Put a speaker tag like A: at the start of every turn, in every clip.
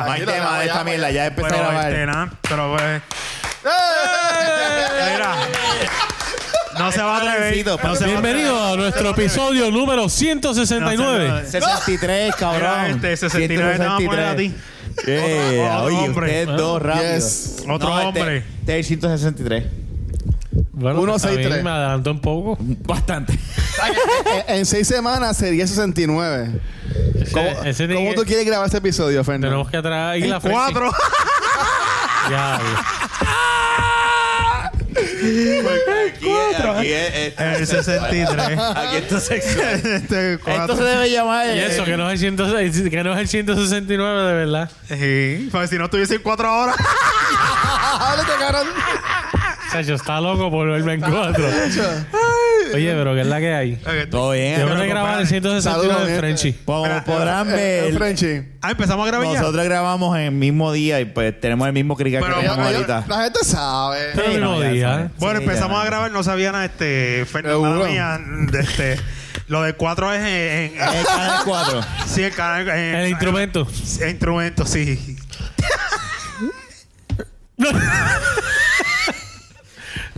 A: No hay
B: Tranquilo, ya
A: tema
B: voy, ya
A: de esta
B: voy.
A: mierda, ya empecé a
C: Pero,
A: grabar.
C: este, nada, pero pues,
B: ¡Eh!
C: mira. No se va a atrever.
A: Está
C: No se va a atrever.
D: Bienvenido a nuestro episodio número
C: No
D: 169.
C: se-
A: Este 63, cabrón.
C: Mira, este, 69 te vamos a poner a ti.
A: Yeah,
C: Otro
A: Eh, oye,
C: hombre.
A: ustedes dos rápido.
B: Yes.
C: Otro
A: No, este-
C: hombre.
A: Este es el 163.
D: Bueno,
B: Uno,
D: a
B: seis,
D: mí
B: tres.
D: Me adelantó un poco.
A: Bastante.
B: Eh, en seis semanas sería 69.
D: Ese-
B: ¿Cómo,
D: ese tiene
B: cómo
D: que-
B: tú quieres grabar este episodio, Fernando?
D: Tenemos que atraer la frente.
C: Cuatro.
D: Ya,
A: Aquí, aquí,
C: El 63.
A: aquí esto se...
C: Este,
A: Esto se
C: cuatro.
A: debe llamar...
D: y eso, que no, es el 106 que no es el 169 de verdad.
C: Sí. Pues, si no tuviese cuatro horas.
B: ¡Háblate, Ah, cabrón!
D: O sea, yo está loco por verme en cuatro. Oye, pero ¿qué es la que hay?
C: pues,
A: Todo bien.
D: Debemos de
C: pero,
D: grabar
C: compadre.
D: el 169
B: Saludos,
D: de Frenchy.
A: Como podrán
B: Eh,
A: ver,
B: Frenchy.
C: Ah, empezamos a grabar ya.
A: nosotros grabamos en el mismo día y pues tenemos el mismo cricket que
C: Pero,
A: tenemos
B: Oye,
A: ahorita.
B: La gente sabe.
D: Pero el
A: Sí, no,
D: mismo
A: ya
D: día.
A: saben.
C: Bueno,
A: Sí,
C: empezamos
A: ya.
C: a grabar. No sabía nada. Este, Fernanda
B: Seguro.
C: mía. de Este, lo de cuatro es en. en- en-
A: El canal 4.
C: sí, el canal. en-
D: El instrumento.
C: en- instrumento, sí.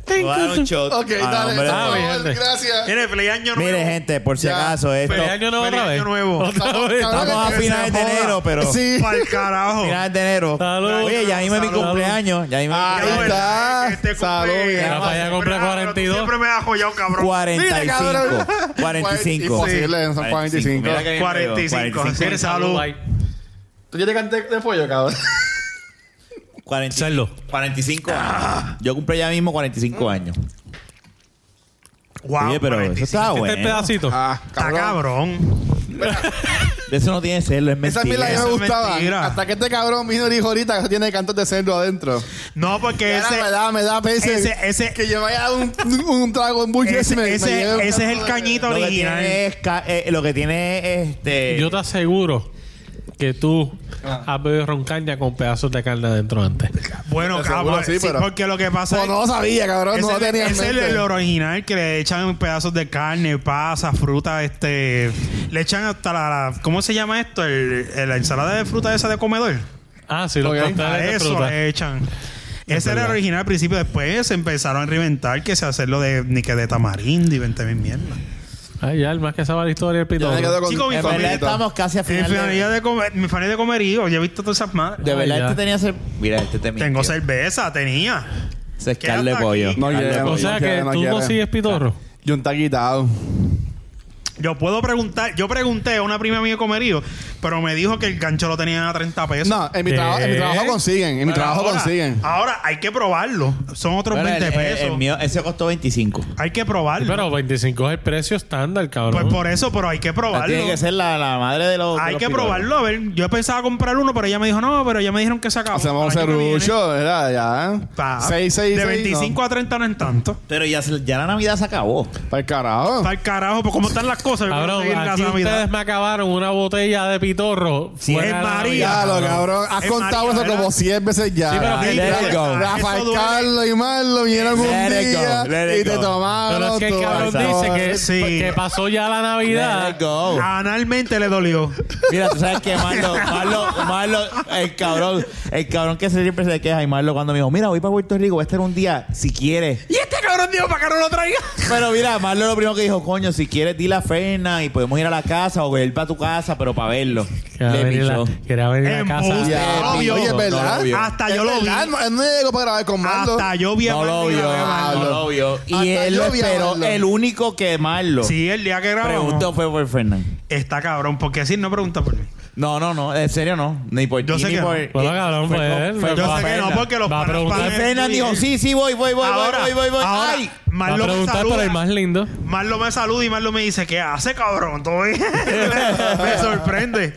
A: Voy a dar un shot.
B: Ok,
A: Ah,
B: dale. por
A: hombre.
D: Ah,
B: favor,
D: bien, gente.
B: gracias.
C: Mire, feliz año nuevo.
A: Mire, gente, por si
B: Ya.
A: acaso, esto.
D: Feliz año nuevo
C: Feliz
D: otra vez.
C: año nuevo.
D: Otra vez.
B: Cabrón,
A: Estamos a
B: que se
A: finales de
B: joda.
A: enero, pero.
B: Sí.
C: Para el carajo.
A: Finales de enero.
D: Salud.
A: Oye, ya mismo es mi
D: Salud.
A: cumpleaños. Ya mismo
B: Ah,
A: es mi
B: ahí
A: cumpleaños.
B: está.
C: Este
B: Salud,
C: cumple-
B: ya.
D: Rafa ya compré
C: Pero tú
D: 42.
C: Siempre me has joyado, cabrón.
A: 45. 45.
B: Imposible, son 45.
A: Mira que bien me dio.
C: 45. Mire, salud.
D: Bye.
B: ¿Tú ya te canté de pollo, cabrón?
A: 45.
D: Salud.
A: 45 años. Yo cumplí ya mismo 45 años.
C: Wow,
A: Oye, pero eso
C: 45.
A: está
D: Este
A: bueno.
D: pedacito.
B: Ah,
C: Está cabrón.
A: De eso no tiene celo, es
B: Esa mierda
A: mentira.
B: que me
C: es
B: gustaba.
C: mentira.
B: Hasta que este cabrón vino y dijo ahorita que eso tiene cantos de cerdo adentro.
C: No, porque
B: Ahora
C: ese,
B: me da, me da pese.
C: ese- ese-
B: que yo vaya a dar un, un trago en buche
C: ese,
B: y me- me
C: ese-
B: lleve un
C: ese es el
B: canto de-
C: cañito
A: Lo que
C: original.
A: tiene es ca- eh, lo que tiene es este
D: Yo te aseguro que tú
C: Ah.
D: has bebido roncaña con pedazos de carne adentro antes.
C: Bueno,
B: Te aseguro,
C: cabrón.
B: sí,
C: sí,
B: pero-
C: porque lo que pasa
B: No,
C: es-
B: no sabía, cabrón.
C: es,
B: No lo
C: el,
B: tenía en
C: es el-
B: mente.
C: el original que le echan pedazos de carne, pasa, fruta, este... Le echan hasta la... la- ¿Cómo se llama esto? El, el- la ensalada de fruta esa de comedor.
D: Ah, sí, los
B: Ok.
C: A
D: costales de
C: eso eh.
D: fruta.
C: le echan. Ese era el original al principio. Después se empezaron a reinventar que se hace lo de ni que de tamarindo y 20 mil mierdas.
D: Ay, ya, el más que sabe la historia
B: Yo
D: del pitón.
B: me quedo con-
C: Chico, mi
B: en
A: en verdad
C: familia.
A: estamos casi a
C: Mi
A: final
C: fanía
A: de,
C: Eh, de comer, mi fanía de comerío, yo he visto todas esas madres.
A: de verdad
D: Ay, Ah, ya.
A: este tenía ser mira este te mintió.
C: Tengo cerveza, tenía.
A: se
C: Quédate
A: escarle
C: aquí.
A: pollo
B: No,
A: Escarle
B: ya,
A: pollo.
D: O sea
B: No
D: que
B: quiere, no
D: tú
B: quiere.
D: no sigues pitorro.
B: Yo un taquitado.
C: Yo puedo preguntar, yo pregunté a una prima mía de comerío, pero me dijo que el gancho lo tenían a 30 pesos.
B: No, en mi,
D: ¿Qué?
B: trabajo, en mi trabajo consiguen. En mi
C: Pero
B: trabajo
C: ahora,
B: consiguen.
C: Ahora hay que probarlo. Son otros
A: Bueno, el,
C: 20
A: el-
C: pesos.
A: el mío ese costó 25
C: Hay que probarlo.
D: Pero 25 es el precio estándar, cabrón.
C: pues por eso, pero hay que
A: O sea,
C: probarlo.
A: tiene que ser la, la madre de los de
C: Hay
A: los
C: que
A: picones.
C: probarlo. A ver, yo pensaba comprar uno, pero ella me dijo, no, pero ya me dijeron que se acabó.
B: Hacemos un
C: Para el año que viene.
B: serrucho, ¿verdad?
C: Pa,
B: Ya. ¿eh? 6, 6,
C: de 25 a 30 no es tanto.
A: pero ya, se- ya la navidad se acabó
B: Para el carajo.
C: Para el carajo, pues cómo están las cosas. Yo quiero
D: Cabrón,
C: seguir en
D: aquí
C: casa Navidad.
D: ustedes me acabaron una botella de pitorro.
A: Sí,
D: fuera
C: es
D: de la
C: María.
D: Navidad,
B: Ya lo cabrón, has
C: Es
B: contado
C: María,
B: eso como
C: ¿verdad?
B: 100 veces ya.
D: Sí, pero
B: Ya,
D: let
B: ya,
A: it go.
B: Rafael
C: "Ah, Eso duele.
B: Carlos y Marlo vinieron un
A: Let it go,
B: día
A: let it
B: y te
A: go.
B: tomaron
D: Pero es que el
B: todo.
D: cabrón dice
B: Todo.
D: que, pues,
C: Sí.
D: que pasó ya la
A: Let
D: Navidad.
A: it go.
C: Ah. Analmente le dolió.
A: Mira, tú sabes que Marlo, Marlo, Marlo, el cabrón, el cabrón que siempre se queja y Marlo cuando me dijo, mira, voy para Puerto Rico, este era un día, si quieres.
C: Y este cabrón dijo para que no lo traiga.
A: Pero mira, Marlo lo primero que dijo, coño, si quieres dile a Ferna y podemos ir a la casa o él para tu casa, pero para verlo.
D: Quería
A: Le
D: venir,
A: pichó.
D: la, quería venir a
C: En
D: casa.
C: bus.
B: Ya,
C: Obvio.
B: Oye, es ¿verdad?
A: Obvio.
C: Hasta
B: Es
C: yo lo vi.
B: verdad, No, él no llegó para grabar con Marlo.
C: Hasta yo vi a
A: No lo
C: Mandy
A: vio,
C: grabar a Mandy.
A: no lo vio. Y
B: Hasta
A: él
B: yo
A: lo
B: vi a
A: esperó,
B: Marlo.
A: el único que Marlo
C: Sí, el día que grabamos.
A: preguntó fue por Fernández.
C: Está cabrón, porque así no pregunta por mí.
A: No, no, no, en serio no, ni por
C: Yo
A: ti,
C: sé
A: ni
C: que
A: por... eh,
C: no.
D: Bueno, cabrón,
A: fue
D: pues,
A: con-
D: él,
A: fue
D: pues,
C: Yo
A: con
C: sé que no,
A: Fernan.
C: porque los
D: Va a
C: panas-
D: preguntar.
C: panas-
A: Fernan dijo, sí, sí, voy, voy, voy, voy,
C: Ahora,
A: voy, voy, voy.
C: ahora,
A: Ay.
D: Va a
C: Marlo me
D: preguntar por
C: saluda.
D: el más lindo.
C: Marlo me saluda y Marlo me dice, ¿qué hace, cabrón? ¿Todo bien? me sorprende.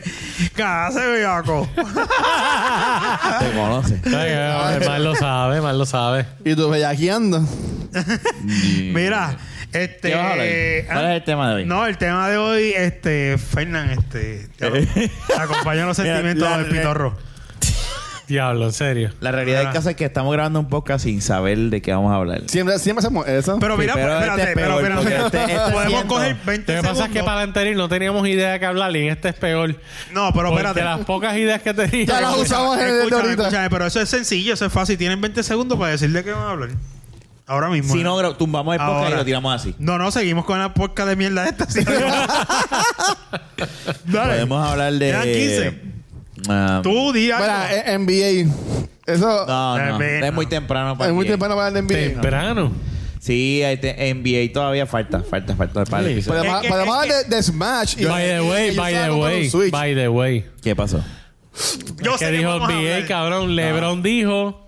C: ¿Qué hace, bellaco?
A: Te conoce.
D: Ay, Más lo sabe, más lo sabe.
B: Y tú bellaqueando.
C: Mira, este...
A: ¿Qué vas a hablar?
C: eh,
A: ¿Cuál es el tema de hoy?
C: No, el tema de hoy, este, Fernán, este, ya lo- acompaña los
A: Mira,
C: sentimientos
A: la-
C: del pitorro.
D: Diablo, en serio.
A: La realidad del caso es que estamos grabando un podcast sin saber de qué vamos a hablar.
B: Siempre, siempre hacemos eso.
C: Pero mira,
A: Sí, pero
C: espérate,
A: este es
C: pero
A: peor,
C: espérate.
A: porque este- este
C: Podemos
A: siento.
C: coger
D: Lo
C: 20
D: que pasa es que
C: segundos.
D: para el anterior no teníamos idea de qué hablar y en este es peor.
C: No, pero
D: Porque
C: espérate.
D: las pocas ideas que tenía.
B: Ya las usamos en el de
C: Escúchame,
B: ahorita.
C: escúchame, pero eso es sencillo, eso es fácil. Tienen 20 segundos para decir de qué van a hablar. Ahora mismo.
A: Si
C: ¿eh?
A: no, gra- tumbamos el podcast
C: Ahora.
A: y lo tiramos así.
C: No, no, seguimos con la porca de mierda esta. sí. Dale.
A: Podemos hablar de.
C: Quedan 15.
A: Ah,
C: Tú di algo.
B: Mira, eh, NBA. Eso
A: No, no.
C: Eh,
A: Es muy temprano para
B: es muy
A: NBA.
B: temprano para hablar de NBA.
D: Temprano.
A: Sí, hay te- NBA todavía falta. Falta, falta. para el
D: Sí.
A: episodio.
B: Podemos
C: que-
B: podemos
C: es
B: hablar de, de Smash. y-
D: By the
B: y-
D: way,
B: y-
D: by
B: y-
D: the
B: y-
D: way,
B: Switch.
D: by the way.
A: ¿Qué pasó?
C: Yo
D: que
C: sé que
D: dijo
C: vamos a
D: NBA,
C: hablar.
D: cabrón. LeBron dijo.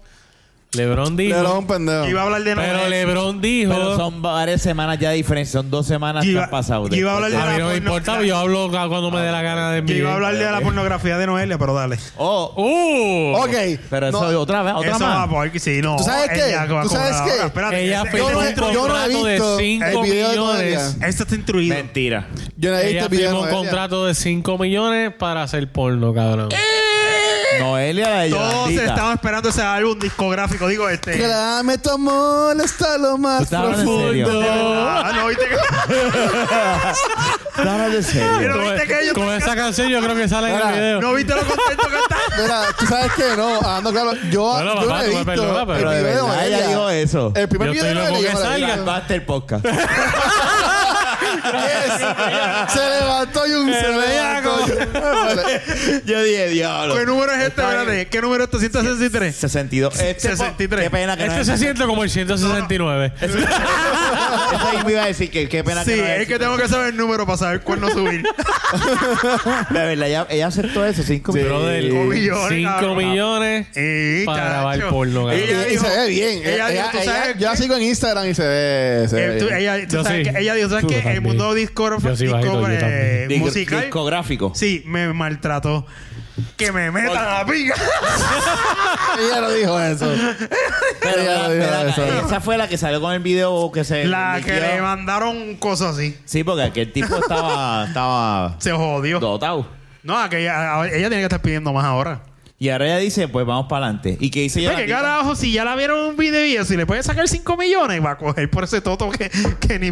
D: LeBron dijo.
B: Lebron, pendejo.
C: Iba a hablar de
D: pero
C: novedades.
D: LeBron dijo.
A: Pero son varias semanas ya de diferencia. Son dos semanas
C: Yo
A: que
C: iba-
A: han pasado.
C: yo iba a hablar de-
D: a mí no me
C: Porno-
D: importa, yo hablo ca- cuando me dé la gana de mí.
C: Yo iba a hablar de la
A: Ok.
C: pornografía de Noelia, pero dale.
A: Oh,
D: ¡Uh!
B: Ok.
A: pero eso
B: No,
A: otra vez, otra
C: Eso va
A: más.
C: porque sí, no.
B: ¿Tú sabes qué?
C: ella va a
B: ¿Tú sabes
C: cobrar
B: qué?
C: ahora. Espérate,
D: Ella
C: ese-
D: firmó
B: yo no-
D: un
B: yo no he
D: contrato de
B: visto
D: 5
B: el video de
D: millones.
B: Noelia.
C: Este está instruido.
A: Mentira.
B: Yo no he visto
D: Ella
B: el video.
D: firmó un
B: de Noelia.
D: contrato de 5 millones para hacer porno, cabrón.
A: Noelia la de
C: Todos
A: Yolandita.
C: estaban esperando ese álbum discográfico. Digo, este.
B: Que la ame tu amor hasta lo
A: Tú
B: más
A: estás hablando en
B: profundo.
A: serio.
C: Ah, no, viste que.
A: Tú estás hablando en serio.
C: Pero viste que yo-
D: Con esa canción yo creo que sale en el
B: Ahora,
D: video.
C: No viste lo contento que está.
B: Mira, tú sabes que no, hablando claro, yo,
D: Bueno,
B: yo no he
D: papá, tú me
B: visto
D: perdonas, pero
A: Pero
B: el
A: de
B: video
A: verdad,
B: de
A: ella
B: ella.
A: dijo eso.
B: El primer
D: Yo
B: video de
D: estoy loco
B: Noelia,
D: que
B: yo me lo vi.
D: salga.
A: Basta el podcast.
B: Yes. Se levantó y un se levantó.
A: Yo dije, diablo.
C: ¿Qué número es este, espérate? ¿Qué número es este? 163.
A: 62. Este po-
C: 63.
A: Qué pena que no
D: Este
A: es-
D: se siente como el 169.
A: Eso ahí me iba a decir que qué pena
C: Sí,
A: que no este.
C: es que tengo que saber el número para saber cuándo subir.
A: La verdad, ella, ella aceptó eso. Cinco
D: Brother,
A: millones.
C: Cinco millones,
D: 5
C: cabrón.
D: millones.
C: Eh,
D: Para
C: chacho.
D: grabar porno,
B: Y,
C: Ella
B: y
C: dijo-
B: se ve bien.
C: Ella
B: Ella,
C: dijo, ¿tú
B: ella-
C: sabes
B: yo la
C: qué?
B: sigo en Instagram y se ve. se
C: Eh,
B: ve
C: tú-
B: bien.
C: ella, tú
D: Yo
C: sabes
D: sí.
C: que, ella dijo, ¿sabes
D: Tú
C: qué? El
D: también.
C: mundo discográfico,
D: Yo sí bajito, yo
C: discogre-
D: también.
A: Disc-
C: musical,
A: Discográfico.
C: sí, me maltrató. Que me metan a la pica.
B: Ella no dijo eso.
A: Pero
B: Ella
A: la-
B: no dijo
A: la-
B: eso.
A: esa fue la que salió con el video que se.
C: La que
A: liqueó.
C: le mandaron cosas así.
A: Sí, porque aquel tipo estaba. estaba
C: Se jodió.
A: dotado.
C: No, aquella, a- ella tiene que estar pidiendo más ahora.
A: Y ahora ella dice, pues vamos para adelante. ¿Y qué dice
C: Oye,
A: yo?
C: ¿Qué carajo? Si ya la vieron en un video y eso, y le pueden sacar 5 millones, va a coger por ese toto que, que ni...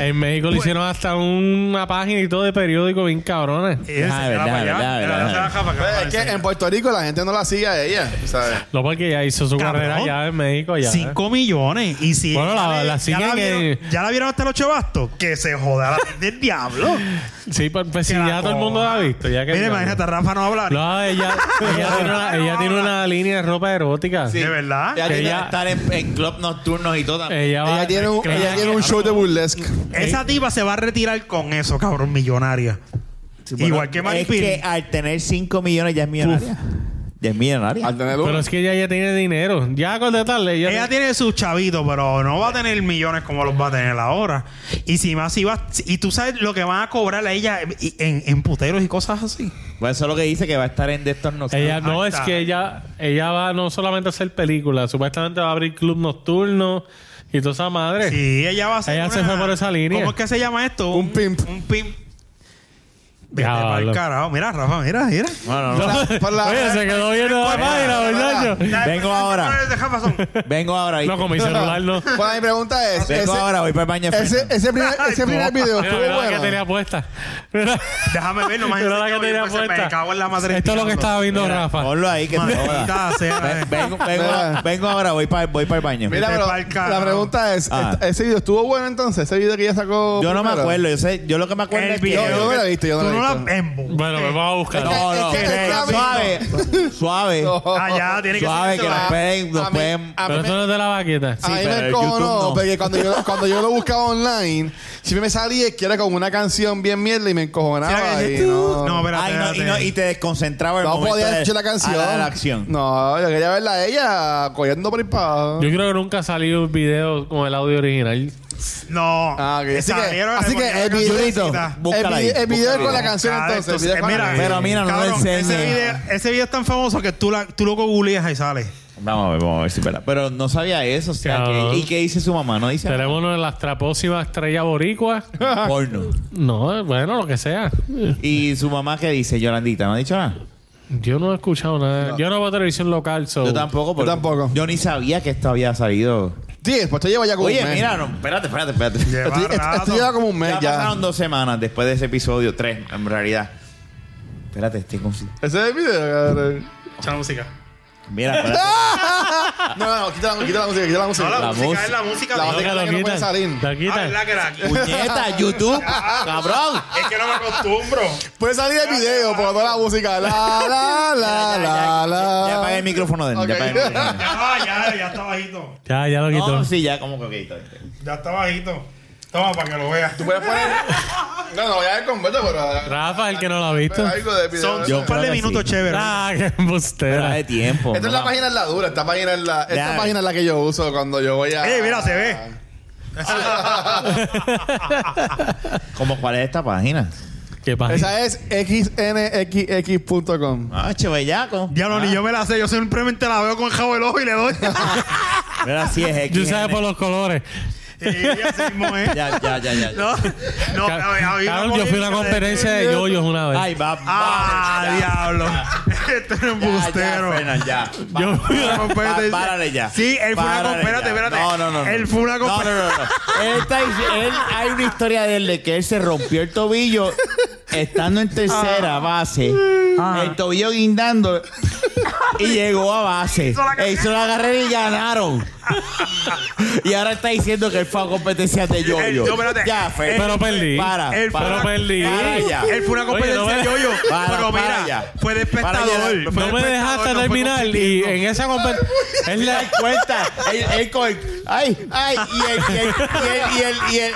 D: En México
C: Pues-
D: le hicieron hasta una página y todo de periódico bien cabrones.
C: Eh,
A: Ah, verdad, verdad, verdad.
B: Pero es que en Puerto Rico la gente no la sigue a ella, ¿sabes?
D: No, porque ya hizo su
C: Cabrón.
D: carrera ya en México. Ya. eh.
C: 5 millones. Y si.
D: Bueno,
C: ya
D: la-
C: le-
D: la
C: ya, la
D: siguen
C: vieron,
D: en-
C: ya la vieron hasta los chavastos. Que se joda la del diablo.
D: Sí, pues, pues, si
C: Que la
D: ya todo el mundo la ha visto. Ya que
C: Mira, imagínate, Rafa no habla.
D: No, ella, ella, tiene una, ella tiene una línea de ropa erótica.
C: ¿De verdad?
A: Ella tiene
D: Ella-
A: que estar en, en club nocturnos y todo.
D: Ella, va,
B: Ella tiene un,
D: Ah, Claro.
B: ella tiene un show de burlesque.
C: Esa tipa se va a retirar con eso, cabrón, millonaria.
A: Sí, bueno,
C: Igual que Mari
A: Es que
C: Pil.
A: al tener 5 millones ya es millonaria. Ya es millonaria.
B: Al tener
D: Pero
B: uno.
D: es que ella ya tiene dinero. Ya con detalles. Ella,
C: Ella tiene sus chavitos, pero no va a tener millones como los va a tener ahora. Y si más, si va. Y tú sabes lo que van a cobrar a ella en, en puteros y cosas así.
A: Bueno, Pues eso es lo que dice que va a estar en de estos nocturnos.
D: Ella no
C: Ahí
D: es
C: está.
D: que ella ella va no solamente a hacer películas, supuestamente va a abrir club nocturno y toda esa madre.
C: Sí, ella va a ser.
D: Ella se fue por esa línea.
C: ¿Cómo es que se llama esto?
B: Un pimp.
C: Un pimp. Vete
D: Ya,
C: pa'l
D: lo-
C: carajo. Mira, Rafa, mira, mira.
A: Bueno, no.
B: la- por la-
D: Oye, se quedó viendo la
C: por la-
D: página,
B: por la-
D: ¿verdad? yo?
A: Vengo ahora. Vengo ahora. ¿viste?
D: No, con mi celular no.
B: Bueno, Pues, mi pregunta es:
A: Vengo
B: ese,
A: ahora, voy para el baño. de
B: ese,
A: Fernan.
B: ese primer, ese primer video
D: Mira,
B: estuvo
D: mira la que tenía
B: bueno.
D: puesta. Mira,
C: Déjame ver, nomás
D: mira la
C: enseño
D: que
C: bien,
D: tenía
C: pues, se Me
D: puesta.
C: cago en la madre.
D: Esto es lo que estaba viendo Rafa.
A: Ponlo ahí que se joda.
C: Maldita sea.
A: Ven- Vengo, vengo,
B: Mira.
A: vengo ahora, voy para voy para el baño.
B: Mira,
C: Vete
B: pero
C: pa'l carajo.
B: la pregunta es:
A: Ah.
B: ¿est- ¿ese video estuvo bueno entonces? ¿Ese video que ella sacó?
A: yo no me
B: primero?
A: acuerdo, yo sé, yo lo que me acuerdo
C: El
A: es que yo-
C: video.
B: yo no la he visto, yo no
C: Tú
B: la he
C: no
B: visto.
C: la- embu.
D: Bueno, pues vamos a buscar.
A: No, no,
B: Es que- es que la
A: suave, suave,
C: Ah, ya, tiene que
A: suave
C: ser
A: que
C: eso.
A: nos
B: Ah,
A: pueden, nos
B: a mí-
A: pueden-
B: a
D: Pero
B: mí-
D: esto no es de la vaqueta.
B: A mí
A: pero
B: me
A: el
B: cojo
A: YouTube
B: no,
A: no.
B: porque cuando yo, cuando yo lo buscaba online, siempre me salía que era con una canción bien mierda y me encojonaba.
C: Sí,
B: y
C: la que dice, No,
B: no, no,
C: espérate,
A: Ay, no, y, no,
C: espérate.
A: y te desconcentraba el momento
B: podía
A: de-
B: escuchar la
A: a
B: canción.
A: de la acción.
B: No, yo quería verla a ella corriendo por el pavo.
D: Yo creo que nunca ha salido un video con el audio original.
C: No.
B: Ah, ok. Así que-
C: Salieron,
B: así
C: le
B: que
C: ponían
B: el video-
C: cancioncita.
B: El,
A: Búscala ahí,
B: vi- el video
A: búscala
B: es con la
A: ahí.
B: canción
C: Ah,
B: entonces.
C: entonces,
B: el video es con
C: mira,
B: la
C: mira,
A: Pero eh, mira, no lo
C: Cabrón,
A: enseñes.
C: ese video, ese video es tan famoso que tú, la, tú lo googleas y sale.
A: Vamos a ver, vamos a ver si espera. Pero no sabía eso, o sea,
D: Claro.
A: que- ¿y qué dice su mamá? ¿No dice
D: Tenemos una de las trapósimas estrella boricua.
A: porno?
D: No, bueno, lo que sea.
A: ¿Y su mamá qué dice, Yolandita? ¿No ha dicho nada?
D: Yo no he escuchado nada. Yo no veo televisión local, so.
A: Yo tampoco. porque-
B: tampoco.
A: Yo ni sabía que esto había salido.
B: Sí, pues te lleva ya como
A: Oye,
B: un mes.
A: mira, no, espérate, espérate, espérate.
C: Lleva
B: Esto- esto-
C: rato.
B: esto lleva como un mes
A: Ya,
B: ya.
A: pasaron dos semanas después de ese episodio, tres, en realidad. Espérate, estoy con...
B: Ese es el video, cabrón.
C: Echa la música.
A: Mira, espérate.
B: No, no, no, quita la, quita la música, quita la música.
C: No, la,
A: La
C: música
A: música.
C: es la música.
B: La
C: de-
D: No,
B: música.
D: que
B: la
D: lo
B: que no puede
D: quitan.
B: salir.
D: La
C: Ah,
D: quitan.
C: ¿verdad que la-
A: Puñeta, YouTube, cabrón.
C: Es que no me acostumbro.
B: Puede salir el video, pero toda la música. La, la, la, la, la.
A: Ya apagué el micrófono de él.
B: Ok.
A: Ya apagué el micrófono.
C: Ya, ya, ya está bajito.
D: Ya, ya lo quitó.
A: No, sí, ya como que ok, está bien.
C: Ya está bajito. Toma para que lo veas.
B: Puedes poner. No, no, voy a ver completo, pero.
D: Rafa, el que no lo ha visto.
B: pero Algo de video.
C: Son
A: Yo
C: son un par
A: creo
C: de
A: que
C: minutos
A: sí.
C: chéveres.
D: Ah, qué
A: Pero
D: embustera.
A: de tiempo.
B: Esta es la
A: no.
B: página es la dura, esta página es la, esta
A: Ya.
B: página es la que yo uso cuando yo voy a.
C: Eh, mira, se ve.
A: ¿Cómo cuál es esta página?
D: Qué página.
B: Esa es xnxx.com.
A: Ah, che, bellaco.
C: Ya no,
A: Ah,
C: ni yo me la sé. Yo simplemente la veo con el jabo del ojo y le doy.
A: Mira, sí es
D: Yo
A: X.
D: sabes por los colores.
C: y así mismo es.
A: Ya, ya, ya, ya.
C: No, no.
D: Ca-
C: había- había una
D: Cabrón, yo fui a
C: polémica
D: una
C: de-
D: conferencia de yoyos una vez.
A: Ay, va, va.
C: Ah,
A: ya.
C: diablo. este es un
A: Ya,
C: embustero.
A: ya, Fernan, ya.
D: Yo fui a-
C: Una competencia.
A: Pa- párale ya.
C: Sí, él fue una
A: Párale
C: competencia. Espérate,
A: ya.
C: espérate.
A: No, no, no. no.
C: Él fue una
A: No,
C: competencia.
A: no, no. no. Él está- él- hay una historia de él de que él se rompió el tobillo estando en
C: Ah.
A: tercera base. El tobillo guindando. Y llegó a base.
C: Hizo la carrera.
A: E hizo la carrera y ganaron. y ahora está diciendo que él fue a competencias de
C: Él-
A: yo-yo.
C: no, espérate.
A: Ya, Fer.
D: Pero perdí.
A: Para,
C: él fue
A: para.
D: Pero perdí.
A: Para ya.
C: Él fue una competencia
D: Oye, no me-
C: de yoyo.
A: Para,
C: Pero
A: para
C: mira,
A: ya.
C: fue de
A: Para
C: espectador.
A: ya.
C: fue
A: No
C: de
D: No me
C: espectador,
D: dejaste
C: no fue
D: terminar y
C: competitivo.
D: en esa competencia es
A: Te
D: la
A: das cuenta. Él, él con el- Ay, ay. Y él, y él, y él, y él. Y él,